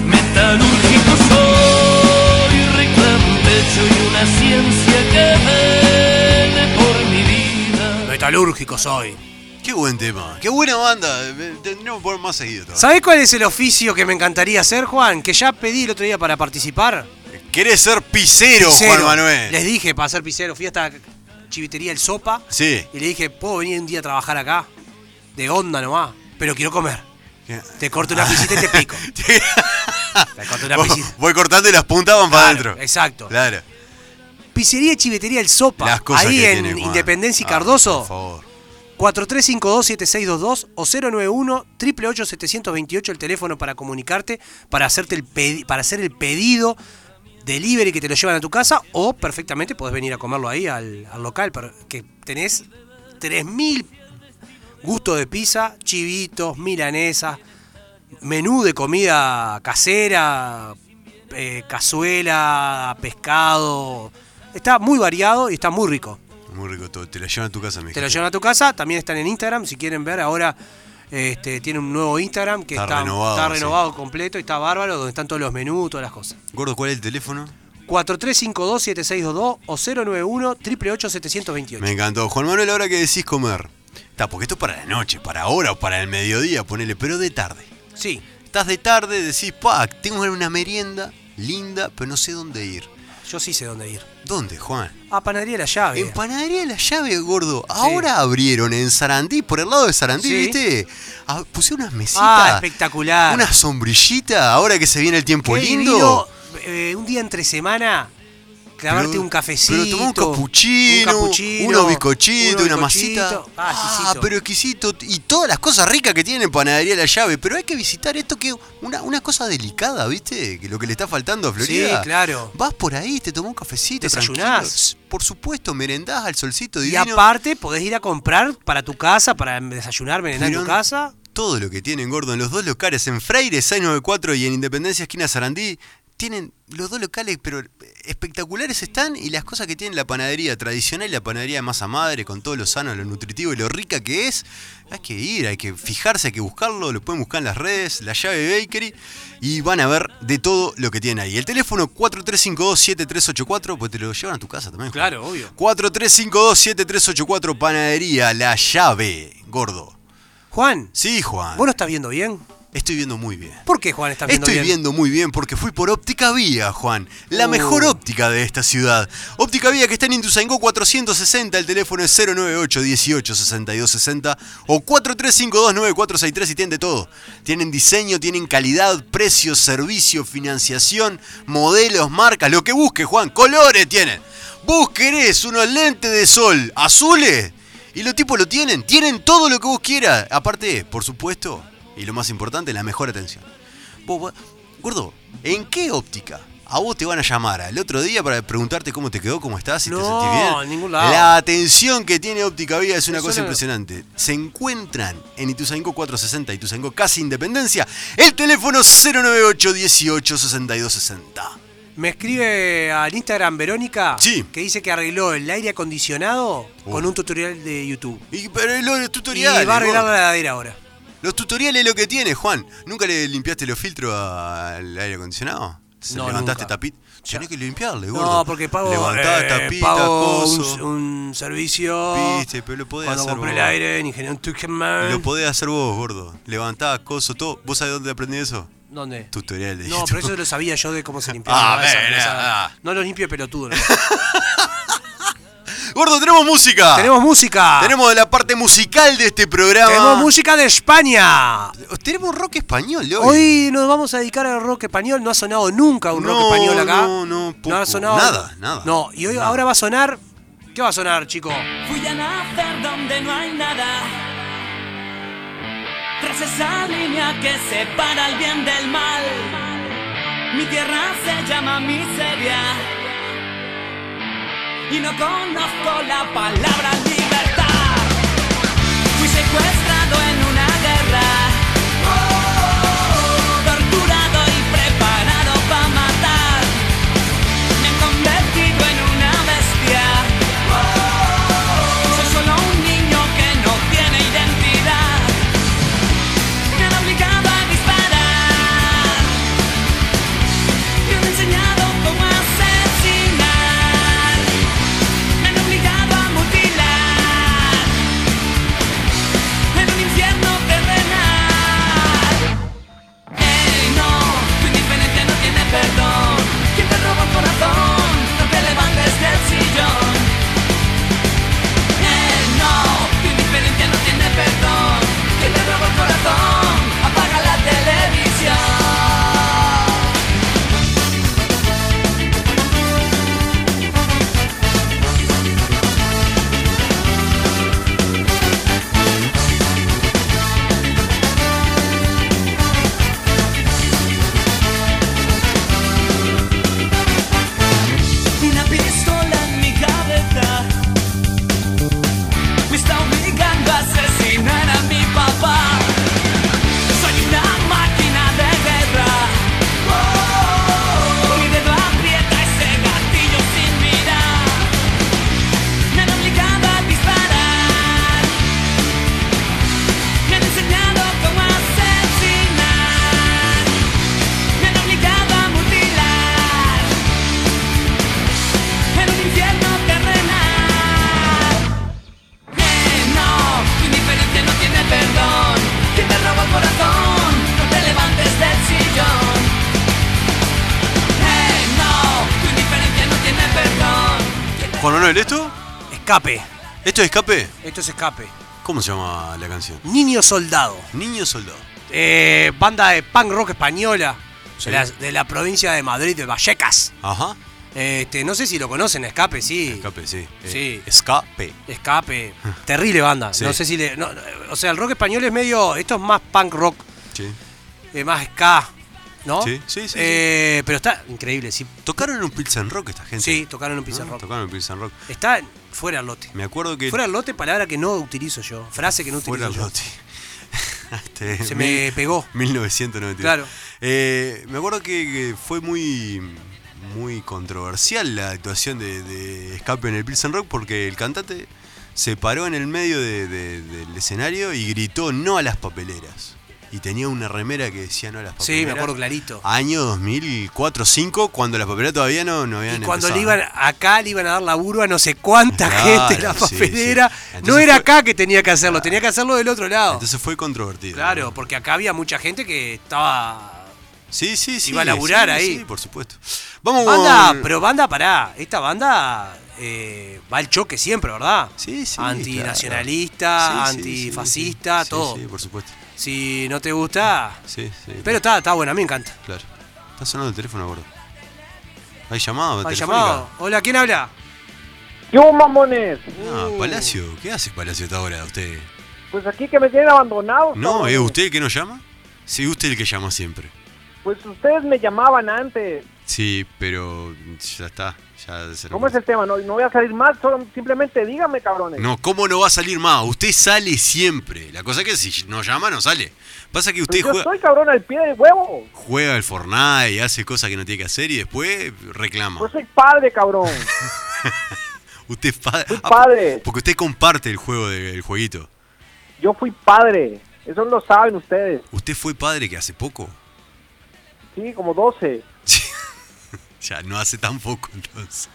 [SPEAKER 4] Metalúrgico soy, reclamo un techo y una ciencia que vele por mi vida.
[SPEAKER 3] Metalúrgico soy.
[SPEAKER 2] Qué buen tema, qué buena banda. eh, Tendríamos que poner más seguido todavía.
[SPEAKER 3] ¿Sabés cuál es el oficio que me encantaría hacer, Juan? Que ya pedí el otro día para participar.
[SPEAKER 2] ¿Querés ser pisero,
[SPEAKER 3] Picero.
[SPEAKER 2] Juan Manuel? *laughs*
[SPEAKER 3] Les dije para hacer pisero. Fui hasta Chivitería El Sopa
[SPEAKER 2] Sí.
[SPEAKER 3] y le dije, ¿puedo venir un día a trabajar acá? De onda nomás. Pero quiero comer.
[SPEAKER 2] ¿Qué?
[SPEAKER 3] Te corto una pisita y
[SPEAKER 2] *laughs*
[SPEAKER 3] te pico. Te corto una
[SPEAKER 2] Voy-
[SPEAKER 3] pisita.
[SPEAKER 2] Voy cortando y las puntas van para
[SPEAKER 3] Claro,
[SPEAKER 2] adentro.
[SPEAKER 3] exacto.
[SPEAKER 2] Claro.
[SPEAKER 3] Pizzería y Chivetería El Sopa.
[SPEAKER 2] Las cosas
[SPEAKER 3] ahí
[SPEAKER 2] que
[SPEAKER 3] en
[SPEAKER 2] tiene, Juan.
[SPEAKER 3] Independencia y
[SPEAKER 2] Ah,
[SPEAKER 3] Cardoso.
[SPEAKER 2] por favor.
[SPEAKER 3] 4352-7622 o 091-888-728 el teléfono para comunicarte, para, hacerte el pedi- para hacer el pedido delivery que te lo llevan a tu casa o perfectamente podés venir a comerlo ahí al, al local per- que tenés 3000 gustos de pizza, chivitos, milanesas, menú de comida casera, eh, cazuela, pescado. Está muy variado y está muy rico.
[SPEAKER 2] Muy rico todo. Te la llevan a tu casa, mi
[SPEAKER 3] Te lo llevan a tu casa. También están en Instagram. Si quieren ver ahora Este, tiene un nuevo Instagram que
[SPEAKER 2] Está
[SPEAKER 3] está,
[SPEAKER 2] renovado,
[SPEAKER 3] está
[SPEAKER 2] sí.
[SPEAKER 3] renovado completo y está bárbaro, donde están todos los menús, todas las cosas.
[SPEAKER 2] Gordo, ¿cuál es el teléfono?
[SPEAKER 3] 4352-7622 o 091-888-728.
[SPEAKER 2] Me encantó. Juan Manuel, ahora que decís comer. Está, porque esto es para la noche, para ahora o para el mediodía, ponele, pero de tarde.
[SPEAKER 3] Sí,
[SPEAKER 2] Estás de tarde, decís, pa, tengo una merienda linda, pero no sé dónde ir.
[SPEAKER 3] yo sí sé dónde ir.
[SPEAKER 2] ¿Dónde, Juan?
[SPEAKER 3] A Panadería La Llave. Ah,
[SPEAKER 2] En Panadería La Llave, gordo. Ahora abrieron en Sarandí, por el lado de Sarandí,
[SPEAKER 3] Sí.
[SPEAKER 2] ¿viste? Ah, pusieron unas mesitas.
[SPEAKER 3] Ah, espectacular.
[SPEAKER 2] Una sombrillita, ahora que se viene el tiempo
[SPEAKER 3] Qué
[SPEAKER 2] lindo.
[SPEAKER 3] divino, eh, un día entre semana, clavarte
[SPEAKER 2] Pero-
[SPEAKER 3] un cafecito.
[SPEAKER 2] Pero tomá un capuchino,
[SPEAKER 3] un capuchino,
[SPEAKER 2] unos bizcochitos,
[SPEAKER 3] unos
[SPEAKER 2] una
[SPEAKER 3] bizcochitos.
[SPEAKER 2] masita.
[SPEAKER 3] Ah,
[SPEAKER 2] Ah,
[SPEAKER 3] exquisito.
[SPEAKER 2] pero exquisito. Y todas las cosas ricas que tienen Panadería La Llave. Pero hay que visitar esto que es una, una cosa delicada, ¿viste? Que lo que le está faltando a Florida.
[SPEAKER 3] Sí, claro.
[SPEAKER 2] Vas por ahí, te tomás un cafecito,
[SPEAKER 3] Desayunás.
[SPEAKER 2] tranquilo. Por supuesto, merendás al solcito
[SPEAKER 3] Y
[SPEAKER 2] divino.
[SPEAKER 3] aparte, podés ir a comprar para tu casa, para desayunar, merendar en tu
[SPEAKER 2] Pero-
[SPEAKER 3] casa.
[SPEAKER 2] todo lo que tienen, gordo, en los dos locales, en Freire 694 y en Independencia Esquina Sarandí, tienen los dos locales, pero espectaculares están y las cosas que tiene la panadería tradicional y la panadería de masa madre, con todo lo sano, lo nutritivo y lo rica que es, hay que ir, hay que fijarse, hay que buscarlo, lo pueden buscar en las redes, la llave bakery, y van a ver de todo lo que tienen ahí. El teléfono 4352-7384, pues te lo llevan a tu casa también. Juan.
[SPEAKER 3] Claro, obvio.
[SPEAKER 2] 4352-7384, panadería, la llave, gordo.
[SPEAKER 3] Juan,
[SPEAKER 2] Sí, Juan.
[SPEAKER 3] ¿vos no estás viendo bien?
[SPEAKER 2] Estoy viendo muy bien.
[SPEAKER 3] ¿Por qué, Juan, estás viendo
[SPEAKER 2] Estoy
[SPEAKER 3] bien?
[SPEAKER 2] viendo muy bien porque fui por Óptica Vía, Juan. La
[SPEAKER 3] Uh.
[SPEAKER 2] mejor óptica de esta ciudad. Óptica Vía que está en Induzaingó 460. El teléfono es 098 18 62 60 o 43529463 y tienen de todo. Tienen diseño, tienen calidad, precio, servicio, financiación, modelos, marcas, lo que busque, Juan. Colores tienen. Vos querés unos lentes de sol azules y los tipos lo tienen. Tienen todo lo que vos quieras. Aparte, por supuesto, y lo más importante, la mejor atención. Vos, vos- gordo, ¿en qué óptica? A vos te van a llamar al otro día para preguntarte cómo te quedó, cómo estás, si te
[SPEAKER 3] No,
[SPEAKER 2] sentís bien.
[SPEAKER 3] en ningún lado.
[SPEAKER 2] La atención que tiene Óptica Vía es una
[SPEAKER 3] Eso
[SPEAKER 2] cosa
[SPEAKER 3] no-
[SPEAKER 2] impresionante. Se encuentran en Ituzaingó 460, Ituzaingó Casi Independencia. El teléfono 098 18 62 60.
[SPEAKER 3] Me escribe al Instagram Verónica
[SPEAKER 2] Sí.
[SPEAKER 3] que dice que arregló el aire acondicionado con un tutorial de YouTube.
[SPEAKER 2] Y pero los tutoriales.
[SPEAKER 3] Y va a arreglar
[SPEAKER 2] gordo.
[SPEAKER 3] la heladera ahora.
[SPEAKER 2] Los tutoriales es lo que tiene, Juan. ¿Nunca le limpiaste los filtros al aire acondicionado? ¿Se
[SPEAKER 3] No,
[SPEAKER 2] ¿Levantaste
[SPEAKER 3] nunca.
[SPEAKER 2] tapita? Tenés que limpiarle, gordo.
[SPEAKER 3] No, porque pago,
[SPEAKER 2] Levantás
[SPEAKER 3] eh,
[SPEAKER 2] tapita,
[SPEAKER 3] pago
[SPEAKER 2] coso.
[SPEAKER 3] un, un servicio.
[SPEAKER 2] Viste, pero lo podés
[SPEAKER 3] Cuando
[SPEAKER 2] hacer
[SPEAKER 3] compré el
[SPEAKER 2] vos.
[SPEAKER 3] aire ¿eh? en Ingeniero Tuchman.
[SPEAKER 2] Lo podés hacer vos, gordo. Levantás, coso, todo. ¿Vos sabés dónde aprendí eso?
[SPEAKER 3] ¿Dónde?
[SPEAKER 2] Tutorial de
[SPEAKER 3] No,
[SPEAKER 2] YouTube.
[SPEAKER 3] pero eso lo sabía yo
[SPEAKER 2] *laughs*
[SPEAKER 3] de cómo se limpiaba.
[SPEAKER 2] Ah,
[SPEAKER 3] esa-
[SPEAKER 2] ven,
[SPEAKER 3] esa-
[SPEAKER 2] ah.
[SPEAKER 3] No los limpio de
[SPEAKER 2] *laughs*
[SPEAKER 3] pelotudo. ¿no?
[SPEAKER 2] Gordo, tenemos música.
[SPEAKER 3] Tenemos música.
[SPEAKER 2] Ah. Tenemos la parte musical de este programa.
[SPEAKER 3] Tenemos música de España.
[SPEAKER 2] Tenemos rock español hoy.
[SPEAKER 3] Hoy nos vamos a dedicar al rock español. No ha sonado nunca un
[SPEAKER 2] No,
[SPEAKER 3] rock español acá.
[SPEAKER 2] no, no, poco.
[SPEAKER 3] ha sonado.
[SPEAKER 2] Nada, nada.
[SPEAKER 3] No, y hoy
[SPEAKER 2] Nada.
[SPEAKER 3] ahora va a sonar. ¿Qué va a sonar, chico?
[SPEAKER 5] Fui a nacer donde no hay nada. Tras esa línea que separa el bien del mal, mi tierra se llama miseria. Y no conozco la palabra libertad. Fui secuestrado en una guerra. Oh, Torturado y preparado para matar. Me he convertido en una bestia. Oh, Soy solo un niño que no tiene identidad Me han obligado a disparar Me han enseñado cómo asesinar Me han obligado a mutilar Oh,
[SPEAKER 2] Manuel, ¿esto?
[SPEAKER 3] Escape.
[SPEAKER 2] ¿Esto es escape?
[SPEAKER 3] Esto es escape.
[SPEAKER 2] ¿Cómo se llama la canción?
[SPEAKER 3] Niño Soldado.
[SPEAKER 2] Niño Soldado.
[SPEAKER 3] Eh, banda de punk rock española.
[SPEAKER 2] Sí.
[SPEAKER 3] De, la, de la provincia de Madrid, de Vallecas.
[SPEAKER 2] Ajá.
[SPEAKER 3] Este, no sé si lo conocen, Escape, sí.
[SPEAKER 2] Escape, sí. Eh,
[SPEAKER 3] Sí.
[SPEAKER 2] Escape.
[SPEAKER 3] Escape. Terrible banda.
[SPEAKER 2] Sí.
[SPEAKER 3] No sé si le. no, no, o sea, el rock español es medio. Esto es más punk rock,
[SPEAKER 2] Sí.
[SPEAKER 3] eh, más ska, ¿no?
[SPEAKER 2] Sí, sí, sí, sí.
[SPEAKER 3] Eh, Pero está increíble, sí.
[SPEAKER 2] Tocaron en un Pilsen Rock esta gente.
[SPEAKER 3] Sí, tocaron un pizarro
[SPEAKER 2] Ah, Tocaron en un Pilsen Rock.
[SPEAKER 3] Está fuera del lote.
[SPEAKER 2] Me acuerdo que.
[SPEAKER 3] Fuera del lote, palabra que no utilizo yo. Frase que no utilizo
[SPEAKER 2] Fuera
[SPEAKER 3] yo.
[SPEAKER 2] Lotti. *laughs* Este,
[SPEAKER 3] Se me pegó.
[SPEAKER 2] 1992.
[SPEAKER 3] Claro.
[SPEAKER 2] Eh, me acuerdo que, que fue muy muy controversial la actuación de, de Escape en el Pilsen Rock porque el cantante se paró en el medio de- de- del escenario y gritó no a las papeleras. Y tenía una remera que decía no a las
[SPEAKER 3] Sí,
[SPEAKER 2] papeleras.
[SPEAKER 3] me acuerdo clarito.
[SPEAKER 2] Año 2004 2005 cuando las papeleras todavía no, no
[SPEAKER 3] Y
[SPEAKER 2] habían
[SPEAKER 3] cuando le
[SPEAKER 2] empezado.
[SPEAKER 3] iban acá le iban a dar laburo a no sé cuánta
[SPEAKER 2] Claro,
[SPEAKER 3] gente en la
[SPEAKER 2] sí, sí.
[SPEAKER 3] papelera. No
[SPEAKER 2] Entonces
[SPEAKER 3] era
[SPEAKER 2] fue-
[SPEAKER 3] acá que tenía que hacerlo, tenía que hacerlo del otro lado.
[SPEAKER 2] Entonces fue controvertido.
[SPEAKER 3] claro, porque acá había mucha gente que estaba.
[SPEAKER 2] Sí, sí, sí.
[SPEAKER 3] Iba a laburar
[SPEAKER 2] sí,
[SPEAKER 3] ahí.
[SPEAKER 2] Sí, por supuesto. Vamos
[SPEAKER 3] Banda,
[SPEAKER 2] con-
[SPEAKER 3] pero banda pará. Esta banda eh, va al choque siempre, ¿verdad?
[SPEAKER 2] Sí, sí.
[SPEAKER 3] Antinacionalista,
[SPEAKER 2] claro. Sí, sí, sí,
[SPEAKER 3] antifascista,
[SPEAKER 2] sí, sí,
[SPEAKER 3] todo.
[SPEAKER 2] Sí, por supuesto.
[SPEAKER 3] Si no te gusta.
[SPEAKER 2] Sí, sí.
[SPEAKER 3] Pero está, está buena, me encanta.
[SPEAKER 2] Claro. Está sonando el teléfono, gordo. ¿Hay llamado?
[SPEAKER 3] Al
[SPEAKER 2] telefónica?
[SPEAKER 3] llamado. Hola, ¿quién habla?
[SPEAKER 6] Yo, mamones,
[SPEAKER 2] Ah,
[SPEAKER 3] Uh.
[SPEAKER 2] Palacio. ¿Qué hace Palacio hasta ahora usted?
[SPEAKER 6] pues aquí que me tienen abandonado.
[SPEAKER 2] No,
[SPEAKER 6] cabrones.
[SPEAKER 2] ¿es usted el que nos llama? Sí, usted el que llama siempre.
[SPEAKER 6] Pues ustedes me llamaban antes.
[SPEAKER 2] Sí, pero ya está. Ya se nos-
[SPEAKER 6] ¿Cómo es el tema? No, no voy a salir más, solo, simplemente díganme, cabrones.
[SPEAKER 2] No, ¿cómo no va a salir más? Usted sale siempre. La cosa es que si no llama, no sale. Pasa que
[SPEAKER 6] Pues
[SPEAKER 2] usted
[SPEAKER 6] yo
[SPEAKER 2] juega,
[SPEAKER 6] estoy, cabrón, al pie del huevo.
[SPEAKER 2] juega el Fortnite y hace cosas que no tiene que hacer y después reclama.
[SPEAKER 6] Yo soy padre, cabrón.
[SPEAKER 2] Usted es pa-
[SPEAKER 6] Fui
[SPEAKER 2] *laughs* Ah,
[SPEAKER 6] padre.
[SPEAKER 2] Porque usted comparte el juego del jueguito.
[SPEAKER 6] Yo fui padre. Eso lo saben ustedes.
[SPEAKER 2] ¿Usted fue padre que hace poco?
[SPEAKER 6] Sí, como 12.
[SPEAKER 2] Ya no hace tan poco entonces.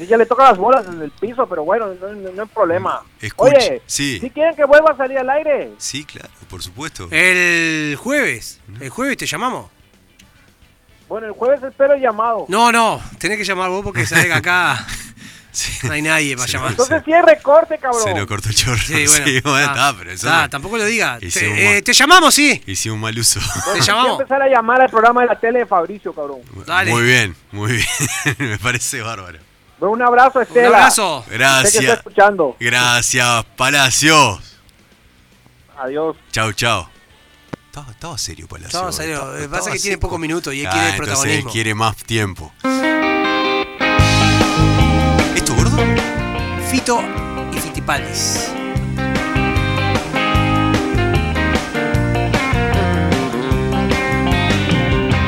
[SPEAKER 6] Y ya le toca las bolas en el piso, pero bueno, no, no- no hay problema.
[SPEAKER 2] Mm, Escuche,
[SPEAKER 6] Oye,
[SPEAKER 2] sí.
[SPEAKER 6] si quieren que vuelva a salir al aire,
[SPEAKER 2] Sí, claro, por supuesto.
[SPEAKER 3] Eh, El jueves. El jueves te llamamos.
[SPEAKER 6] bueno, el jueves espero el llamado.
[SPEAKER 3] No, no, tenés que llamar vos porque sabés
[SPEAKER 2] *laughs*
[SPEAKER 3] que acá
[SPEAKER 2] *laughs* Sí.
[SPEAKER 3] no hay nadie para
[SPEAKER 2] Se
[SPEAKER 3] llamar.
[SPEAKER 2] nos-
[SPEAKER 6] Entonces cierre, corte, cabrón.
[SPEAKER 2] Se nos cortó el chorro.
[SPEAKER 3] Sí, bueno.
[SPEAKER 2] bueno,
[SPEAKER 3] está,
[SPEAKER 2] está, pero eso
[SPEAKER 3] está,
[SPEAKER 2] no-
[SPEAKER 3] tampoco lo diga.
[SPEAKER 2] Y
[SPEAKER 3] Te,
[SPEAKER 2] si hubo-
[SPEAKER 3] eh, te llamamos, sí.
[SPEAKER 2] Hice un mal uso.
[SPEAKER 6] Bueno,
[SPEAKER 3] Te
[SPEAKER 6] hay que
[SPEAKER 3] llamamos.
[SPEAKER 6] empezar a llamar al programa de la tele de Fabricio, cabrón.
[SPEAKER 3] *laughs* Dale.
[SPEAKER 2] Muy bien, muy bien. *laughs* Me parece bárbaro.
[SPEAKER 6] Bueno, un abrazo, Estela.
[SPEAKER 3] Un abrazo.
[SPEAKER 6] Sé que está
[SPEAKER 2] Gracias.
[SPEAKER 6] escuchando.
[SPEAKER 2] Gracias, Palacios.
[SPEAKER 6] Adiós.
[SPEAKER 2] Chau, chau. Estaba, estaba serio, Palacios.
[SPEAKER 3] Estaba serio.
[SPEAKER 2] Estaba-
[SPEAKER 3] Pasa
[SPEAKER 2] estaba
[SPEAKER 3] que tiene
[SPEAKER 2] seco.
[SPEAKER 3] pocos minutos y él
[SPEAKER 2] Ah,
[SPEAKER 3] quiere
[SPEAKER 2] entonces
[SPEAKER 3] protagonismo.
[SPEAKER 2] Él quiere más tiempo. ¿Esto, gordo?
[SPEAKER 3] Fito y Fitipaldis.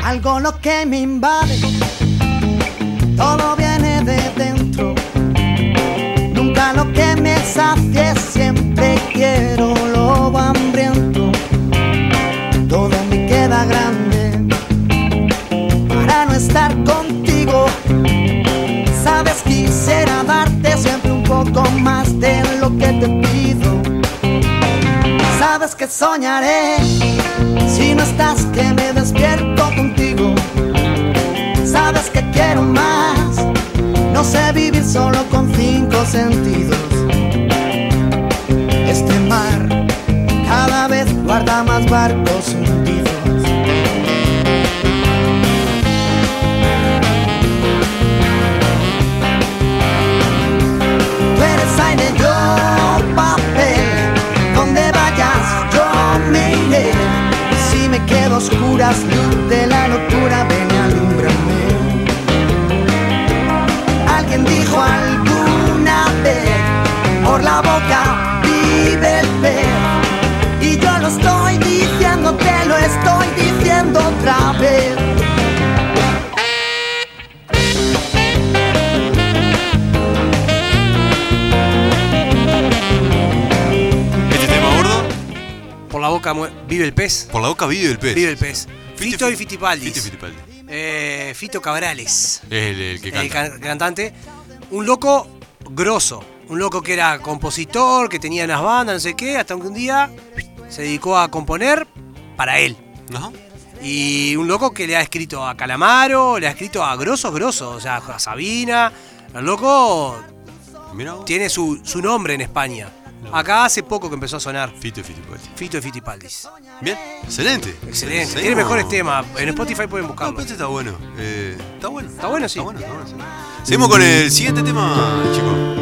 [SPEAKER 7] algo lo que me invade. Todo viene de dentro. Nunca lo que me sacie, siempre quiero lo hambriento. Todo me queda grande para no estar contigo. Sabes, quisiera darte siempre un poco más de lo que te pido. Sabes que soñaré. Si no estás, que me despierto contigo. Sabes que quiero más. No sé vivir solo con cinco sentidos. Este mar cada vez guarda más barcos hundidos. Tú eres aire, yo papel. Donde vayas, yo me iré. Si me quedo a oscuras, luz de la locura, ven y alumbrame. Alguien dijo alguna vez, por la boca vive el pez. Y yo lo estoy diciendo, te lo estoy diciendo otra vez.
[SPEAKER 2] ¿Este tema, gordo?
[SPEAKER 3] Por la boca mue- vive el pez.
[SPEAKER 2] Por la boca vive el pez.
[SPEAKER 3] Vive el pez.
[SPEAKER 2] Fiti-
[SPEAKER 3] Fito y Fitipaldis.
[SPEAKER 2] Fito y Fittipaldis.
[SPEAKER 3] Eh, Fito Cabrales,
[SPEAKER 2] Es el, el que
[SPEAKER 3] el
[SPEAKER 2] canta.
[SPEAKER 3] can- cantante. Un loco grosso. Un loco que era compositor, que tenía unas bandas, no sé qué, hasta que un día se dedicó a componer para él.
[SPEAKER 2] Ajá.
[SPEAKER 3] Y un loco que le ha escrito a Calamaro, le ha escrito a grosos, grosos, o sea, a Sabina. El loco
[SPEAKER 2] Mirá vos.
[SPEAKER 3] Tiene su, su nombre en España. Acá hace poco que empezó a sonar
[SPEAKER 2] Fito y Fitipaldi.
[SPEAKER 3] Fito de Fitipaldis.
[SPEAKER 2] Bien, excelente.
[SPEAKER 3] Excelente. Tiene
[SPEAKER 2] Seguimos.
[SPEAKER 3] mejores temas. En Spotify pueden
[SPEAKER 2] No,
[SPEAKER 3] buscarlo.
[SPEAKER 2] pero este está bueno. Eh, está bueno.
[SPEAKER 3] Está bueno, sí.
[SPEAKER 2] Está bueno, está bueno, sí. Seguimos con el siguiente tema, chicos.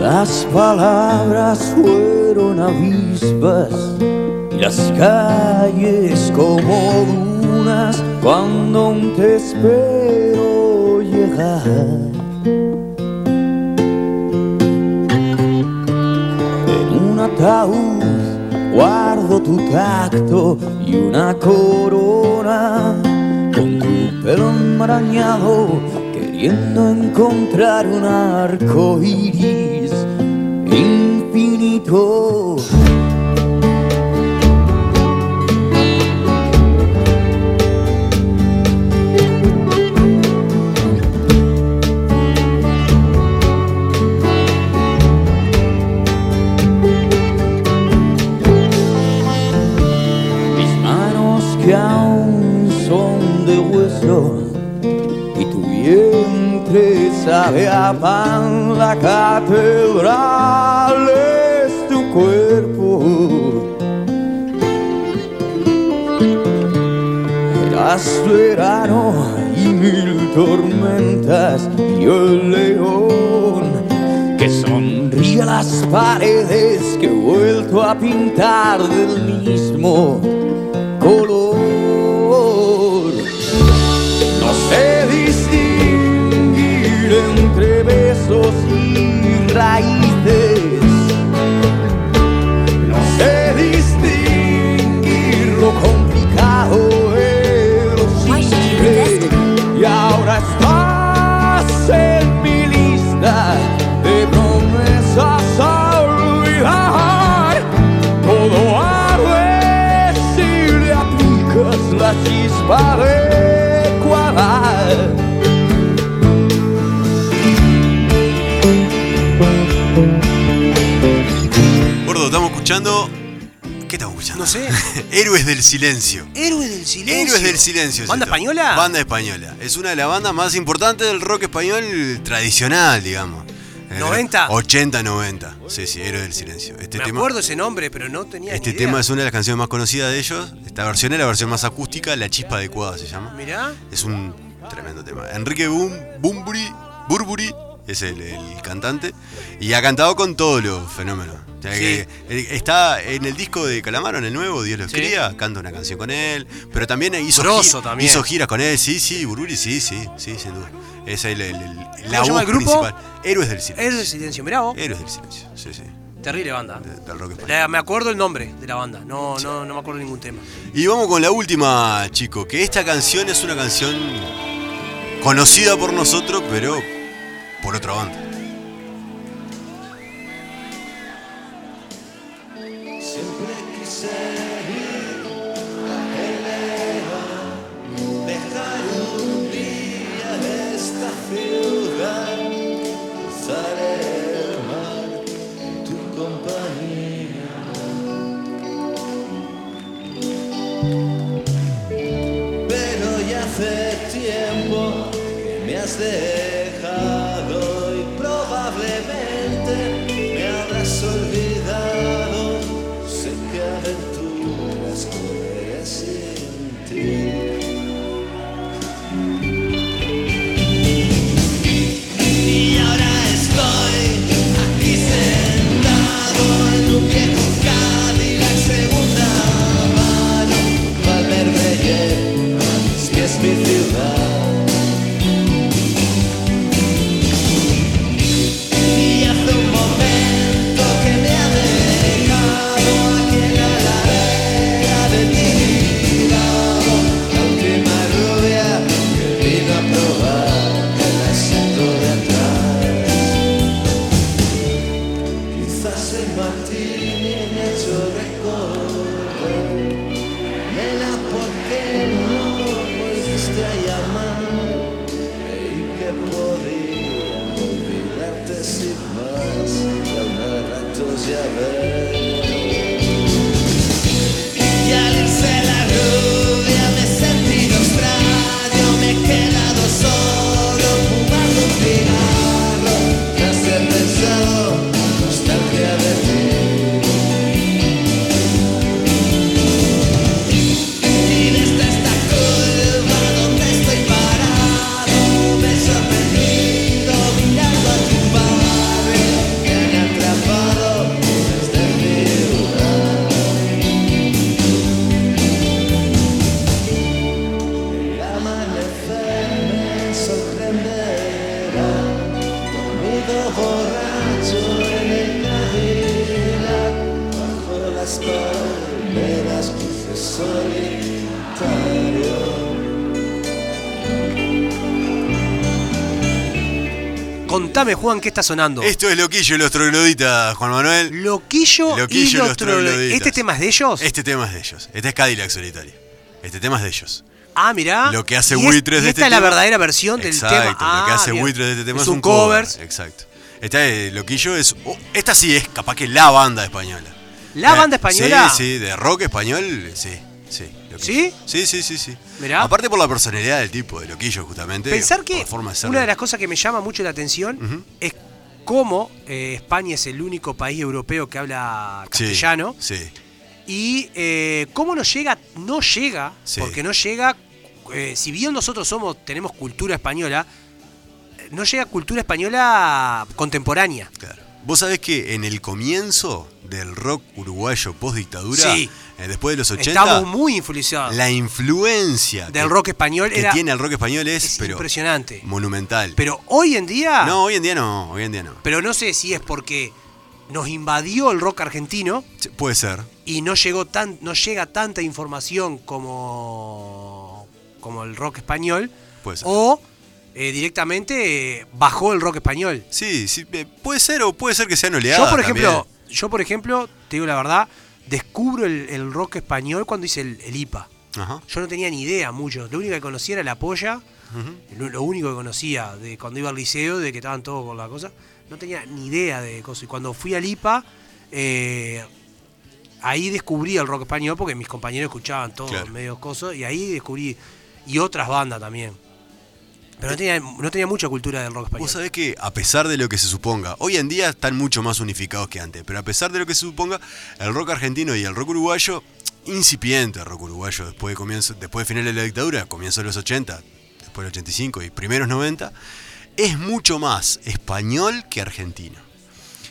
[SPEAKER 8] Las palabras fueron avispas y las calles como dunas cuando aún te espero llegar. En un ataúd guardo tu tacto y una corona con tu pelo enmarañado queriendo encontrar un arco iris infinito. mis manos que aún son de hueso y tu vientre sabe a pan, la catedral es tu cuerpo. Eras verano y mil tormentas y el león que sonríe a las paredes que he vuelto a pintar del mismo color. No sé distinguir entre besos y raíces. No sé distinguir lo complicado de lo simple. Y ahora estás en mi lista de promesas a olvidar. Todo arde si le aplicas la chispa adecuada.
[SPEAKER 2] Gordo, estamos escuchando. ¿Qué estamos escuchando?
[SPEAKER 3] No sé.
[SPEAKER 2] *laughs* Héroes del Silencio.
[SPEAKER 3] Héroes del silencio.
[SPEAKER 2] Héroes del Silencio. es
[SPEAKER 3] ¿Banda
[SPEAKER 2] esto.
[SPEAKER 3] española?
[SPEAKER 2] Banda española. Es una de las bandas más importantes del rock español tradicional, digamos. Eh,
[SPEAKER 3] ¿Noventa?
[SPEAKER 2] 80, 90. Sí, sí, Héroes del Silencio. Este
[SPEAKER 3] Me
[SPEAKER 2] tema,
[SPEAKER 3] acuerdo ese nombre, pero no tenía
[SPEAKER 2] este
[SPEAKER 3] ni idea.
[SPEAKER 2] tema es una de las canciones más conocidas de ellos. Esta versión es la versión más acústica, La Chispa Adecuada se llama.
[SPEAKER 3] Mirá.
[SPEAKER 2] Es un tremendo tema. Enrique Bum, Bumburi, Burburi es el, el cantante y ha cantado con todos los fenómenos. O sea,
[SPEAKER 3] Sí.
[SPEAKER 2] que, eh, está en el disco de Calamaro, en el nuevo, Dios los
[SPEAKER 3] Sí.
[SPEAKER 2] cría, canta una canción con él, pero también hizo,
[SPEAKER 3] Grosso
[SPEAKER 2] gi-
[SPEAKER 3] también.
[SPEAKER 2] hizo giras con él. Sí, sí, Burburi, sí, sí, sí, sin duda. Es el, el- el- la
[SPEAKER 3] se llama
[SPEAKER 2] voz
[SPEAKER 3] el grupo?
[SPEAKER 2] principal. Héroes del silencio.
[SPEAKER 3] Héroes del silencio. Mirá vos.
[SPEAKER 2] Héroes del silencio, sí, sí.
[SPEAKER 3] Terrible banda.
[SPEAKER 2] de- del rock español.
[SPEAKER 3] La- me acuerdo el nombre de la banda. No, no, no me acuerdo ningún tema.
[SPEAKER 2] Y vamos con la última, chico, que esta canción es una canción conocida por nosotros, pero por otra banda.
[SPEAKER 1] Siempre quise ir a Helena, dejar un día esta ciudad, cruzar el mar, tu compañía. Pero ya hace tiempo que me has dejado y probablemente me habrás olvidado. Sé que aventuras correré sin ti. Y ahora estoy aquí sentado en un viejo Cadillac segunda mano Valverde es que es mi ciudad Y hace un momento que me ha dejado aquí en la ladera de ti lado La última rubia que vino a probar el asiento de atrás Quizás el martini me ha hecho recordar Nena, ¿por qué no volviste a llamar? Creí que podía olvidarte Y al irse la rubia me he sentido extraño, me he quedado solo fumando un cigarro. Tras el pensado, nostalgia de ti. Y desde esta curva donde estoy parado, me he sorprendido mirando a tu padre que me ha atrapado desde mi lugar. El amanecer me sorprenderá, dormido borracho en el Cadillac, bajo las palmeras cruce solitario.
[SPEAKER 3] Contame, Juan, ¿qué está sonando?
[SPEAKER 2] Esto es Loquillo y los Trogloditas, Juan Manuel.
[SPEAKER 3] Loquillo,
[SPEAKER 2] Loquillo
[SPEAKER 3] y los Trogloditas. ¿Este tema es de ellos?
[SPEAKER 2] Este tema es de ellos. Este es Cadillac Solitario. Este tema es de ellos.
[SPEAKER 3] Ah, mirá.
[SPEAKER 2] Lo que hace
[SPEAKER 3] Y es-
[SPEAKER 2] Buitres
[SPEAKER 3] y
[SPEAKER 2] de
[SPEAKER 3] esta
[SPEAKER 2] este
[SPEAKER 3] es la
[SPEAKER 2] tema-
[SPEAKER 3] verdadera versión del
[SPEAKER 2] Exacto,
[SPEAKER 3] tema.
[SPEAKER 2] lo que
[SPEAKER 3] Ah,
[SPEAKER 2] hace
[SPEAKER 3] bien.
[SPEAKER 2] Buitres de este tema es,
[SPEAKER 3] un cover.
[SPEAKER 2] Exacto. Esta de Loquillo es. oh, esta sí es capaz que la banda española.
[SPEAKER 3] La banda española.
[SPEAKER 2] Eh, Sí, sí, de rock español, sí. Sí, Loquillo.
[SPEAKER 3] ¿Sí?
[SPEAKER 2] Sí, sí, sí, sí.
[SPEAKER 3] Mirá.
[SPEAKER 2] Aparte por la personalidad del tipo, de Loquillo, justamente.
[SPEAKER 3] Pensar
[SPEAKER 2] por
[SPEAKER 3] que
[SPEAKER 2] la forma de ser
[SPEAKER 3] una de las cosas que me llama mucho la atención
[SPEAKER 2] Ujú.
[SPEAKER 3] es cómo eh, España es el único país europeo que habla
[SPEAKER 2] Sí,
[SPEAKER 3] castellano
[SPEAKER 2] Sí,
[SPEAKER 3] y eh, cómo no llega, no llega,
[SPEAKER 2] Sí.
[SPEAKER 3] porque no llega, eh, si bien nosotros somos, tenemos cultura española, eh, no llega cultura española contemporánea.
[SPEAKER 2] claro. Vos sabés que en el comienzo del rock uruguayo post dictadura,
[SPEAKER 3] Sí.
[SPEAKER 2] después de los 80,
[SPEAKER 3] Estamos muy influenciados
[SPEAKER 2] la influencia
[SPEAKER 3] del
[SPEAKER 2] que-
[SPEAKER 3] rock español,
[SPEAKER 2] que
[SPEAKER 3] era
[SPEAKER 2] tiene el rock español es,
[SPEAKER 3] es
[SPEAKER 2] pero
[SPEAKER 3] impresionante.
[SPEAKER 2] monumental.
[SPEAKER 3] Pero hoy en día,
[SPEAKER 2] no, hoy en día no, hoy en día no.
[SPEAKER 3] pero no sé si es porque nos invadió el rock argentino.
[SPEAKER 2] Sí, Puede ser.
[SPEAKER 3] y no llegó tan no llega tanta información como como el rock español
[SPEAKER 2] Puede ser.
[SPEAKER 3] o eh, directamente eh, bajó el rock español
[SPEAKER 2] Sí, sí, eh, puede ser o puede ser que sean oleadas.
[SPEAKER 3] yo por ejemplo
[SPEAKER 2] Ah, también.
[SPEAKER 3] yo por ejemplo te digo la verdad descubro el, el rock español cuando hice el, el IPA
[SPEAKER 2] Ajá.
[SPEAKER 3] yo no tenía ni idea mucho lo único que conocía era la polla
[SPEAKER 2] Ujú.
[SPEAKER 3] lo, lo único que conocía de cuando iba al liceo, de que estaban todos con la cosa, no tenía ni idea de cosas. Y cuando fui al IPA, eh, ahí descubrí el rock español porque mis compañeros escuchaban todos
[SPEAKER 2] Claro.
[SPEAKER 3] medios cosas y ahí descubrí y otras bandas también. Pero no tenía, no tenía mucha cultura del rock
[SPEAKER 2] Vos
[SPEAKER 3] español.
[SPEAKER 2] sabés que a pesar de lo que se suponga, hoy en día están mucho más unificados que antes, pero a pesar de lo que se suponga, el rock argentino y el rock uruguayo, incipiente el rock uruguayo después de comienzo, después de finales de la dictadura, comienzo de los 80, después de los 85 y primeros 90, es mucho más español que argentino.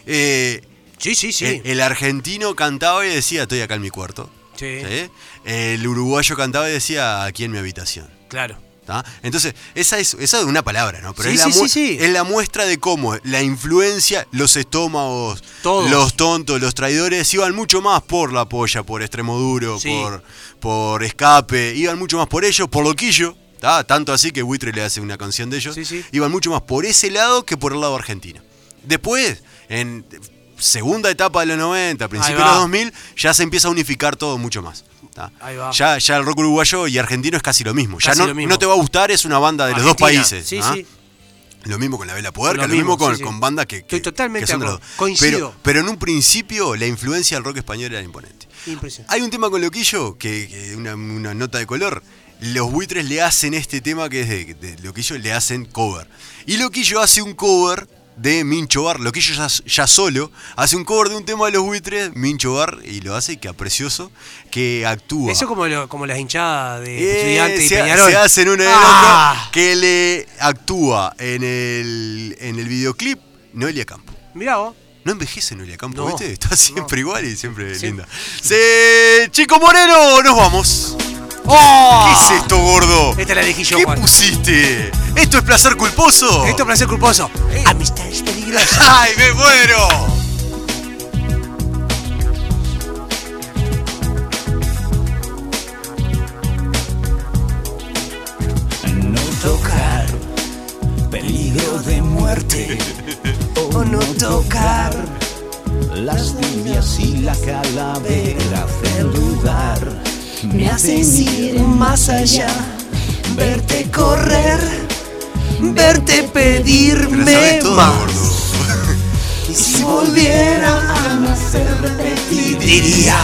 [SPEAKER 2] Eh,
[SPEAKER 3] Sí, sí, sí.
[SPEAKER 2] El, el argentino cantaba y decía, estoy acá en mi cuarto.
[SPEAKER 3] Sí.
[SPEAKER 2] ¿Sí? El uruguayo cantaba y decía, aquí en mi habitación.
[SPEAKER 3] claro.
[SPEAKER 2] ¿tá? Entonces, esa es, esa es una palabra, ¿no? Pero
[SPEAKER 3] Sí,
[SPEAKER 2] es, la
[SPEAKER 3] sí,
[SPEAKER 2] mu-
[SPEAKER 3] sí, sí.
[SPEAKER 2] es la muestra de cómo la influencia, los estómagos,
[SPEAKER 3] Todos.
[SPEAKER 2] los tontos, los traidores, iban mucho más por la polla, por Extremoduro,
[SPEAKER 3] Sí.
[SPEAKER 2] por, por Escape, iban mucho más por ellos, por Loquillo. ¿tá? Tanto así que Buitre le hace una canción de ellos.
[SPEAKER 3] Sí, sí.
[SPEAKER 2] Iban mucho más por ese lado que por el lado argentino. Después, en segunda etapa de los 90, principios de
[SPEAKER 3] va.
[SPEAKER 2] los 2000, ya se empieza a unificar todo mucho más. ¿tá?
[SPEAKER 3] Ahí va.
[SPEAKER 2] Ya, ya el rock uruguayo y argentino es casi lo mismo.
[SPEAKER 3] Casi
[SPEAKER 2] ya no,
[SPEAKER 3] lo mismo.
[SPEAKER 2] no te va a gustar, es una banda de los dos
[SPEAKER 3] Argentina.
[SPEAKER 2] países.
[SPEAKER 3] Sí,
[SPEAKER 2] ¿ah?
[SPEAKER 3] sí.
[SPEAKER 2] Lo mismo con la Vela Poderca,
[SPEAKER 3] Lo
[SPEAKER 2] lo, mismo
[SPEAKER 3] mismo,
[SPEAKER 2] con,
[SPEAKER 3] sí, sí.
[SPEAKER 2] con bandas que, que-
[SPEAKER 3] Estoy totalmente
[SPEAKER 2] que son
[SPEAKER 3] de
[SPEAKER 2] de los
[SPEAKER 3] acuerdo.
[SPEAKER 2] dos.
[SPEAKER 3] Coincido.
[SPEAKER 2] Pero, pero en un principio la influencia del rock español era imponente.
[SPEAKER 3] Impresionante.
[SPEAKER 2] Hay un tema con Loquillo, que, que una, una nota de color. Los buitres le hacen este tema que es de, de Loquillo, le hacen cover. Y Loquillo hace un cover de Mincho Bar. Loquillo ya, ya solo hace un cover de un tema de los buitres, Mincho Bar, y lo hace, que precioso, que actúa.
[SPEAKER 3] Eso como, lo- como las hinchadas pues, de
[SPEAKER 2] Eh,
[SPEAKER 3] estudiantes y
[SPEAKER 2] se, ha-
[SPEAKER 3] Peñarol.
[SPEAKER 2] se hacen una de
[SPEAKER 3] Ah,
[SPEAKER 2] loca que le actúa en el, en el videoclip Noelia Campo.
[SPEAKER 3] Mirá vos.
[SPEAKER 2] No envejece Noelia Campo,
[SPEAKER 3] No,
[SPEAKER 2] ¿viste? Está siempre igual y siempre
[SPEAKER 3] Sí.
[SPEAKER 2] linda. Se... Chico Moreno, nos vamos. ¿Qué es esto, gordo?
[SPEAKER 3] Esta la elegí ¡Oh! Este yo,
[SPEAKER 2] ¿Qué
[SPEAKER 3] Juan.
[SPEAKER 2] pusiste? ¿Esto es placer culposo?
[SPEAKER 3] Esto es placer culposo. Amistad es peligrosa.
[SPEAKER 2] ¡Ay, me muero!
[SPEAKER 8] No tocar, peligro de muerte. O no tocar las libias y la calavera del lugar. Me hacen ir más allá, verte correr, verte
[SPEAKER 2] Te la
[SPEAKER 8] pedirme
[SPEAKER 2] sabes todo,
[SPEAKER 8] más.
[SPEAKER 2] gordo.
[SPEAKER 8] Y si volviera a nacer.
[SPEAKER 3] se repetiría.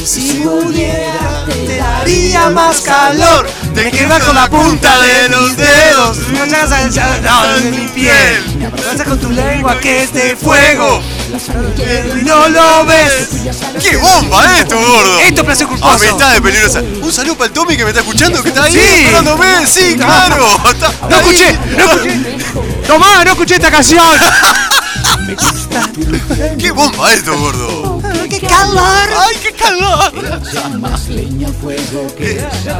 [SPEAKER 3] Y si pudiera, te daría más calor. Te quema con la punta de los dedos. No llegas a echar en mi piel. Me abrazas con tu lengua que es de fuego. No lo ves.
[SPEAKER 2] ¡Qué bomba esto, gordo!
[SPEAKER 9] Esto es placer culposo.
[SPEAKER 2] A mitad Ah, de peligrosa. Un saludo para el Tommy que me está escuchando, que está ahí.
[SPEAKER 9] Sí.
[SPEAKER 2] escuchándome. sí, claro. *laughs* Está- está
[SPEAKER 9] No
[SPEAKER 2] ahí.
[SPEAKER 9] escuché, no escuché. Tomá, no escuché esta canción.
[SPEAKER 2] ¡Qué bomba esto, gordo!
[SPEAKER 10] ¡Qué calor!
[SPEAKER 2] ¡Ay, qué calor!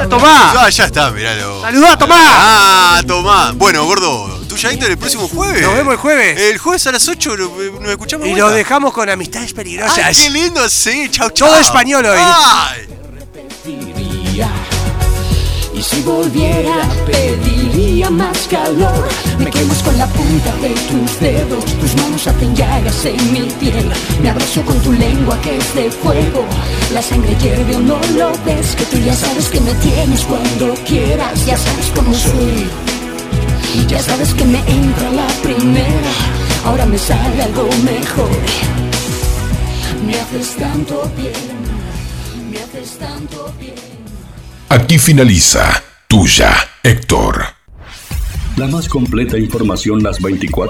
[SPEAKER 9] Tomá.
[SPEAKER 2] Ah, ya está, miralo.
[SPEAKER 9] Saludá, Tomá.
[SPEAKER 2] Ah, tomá. Bueno, gordo, tuya Héctor el próximo jueves.
[SPEAKER 9] Nos vemos el jueves.
[SPEAKER 2] El jueves a las 8 lo- eh, nos escuchamos. de
[SPEAKER 9] Y
[SPEAKER 2] vuelta.
[SPEAKER 9] lo dejamos con amistades peligrosas.
[SPEAKER 2] Ay, qué lindo, sí, chau, chau.
[SPEAKER 9] Todo español hoy.
[SPEAKER 2] Ay.
[SPEAKER 7] Y si volviera pediría más calor Me quemas con la punta de tus dedos Tus manos hacen llagas en mi piel Me abrazo con tu lengua que es de fuego La sangre hierve o no lo ves Que tú ya sabes que me tienes cuando quieras Ya sabes cómo soy Y ya sabes que me entra la primera Ahora me sale algo mejor Me haces tanto bien Me haces tanto bien
[SPEAKER 11] Aquí finaliza Tuya, Héctor.
[SPEAKER 12] La más completa información las 24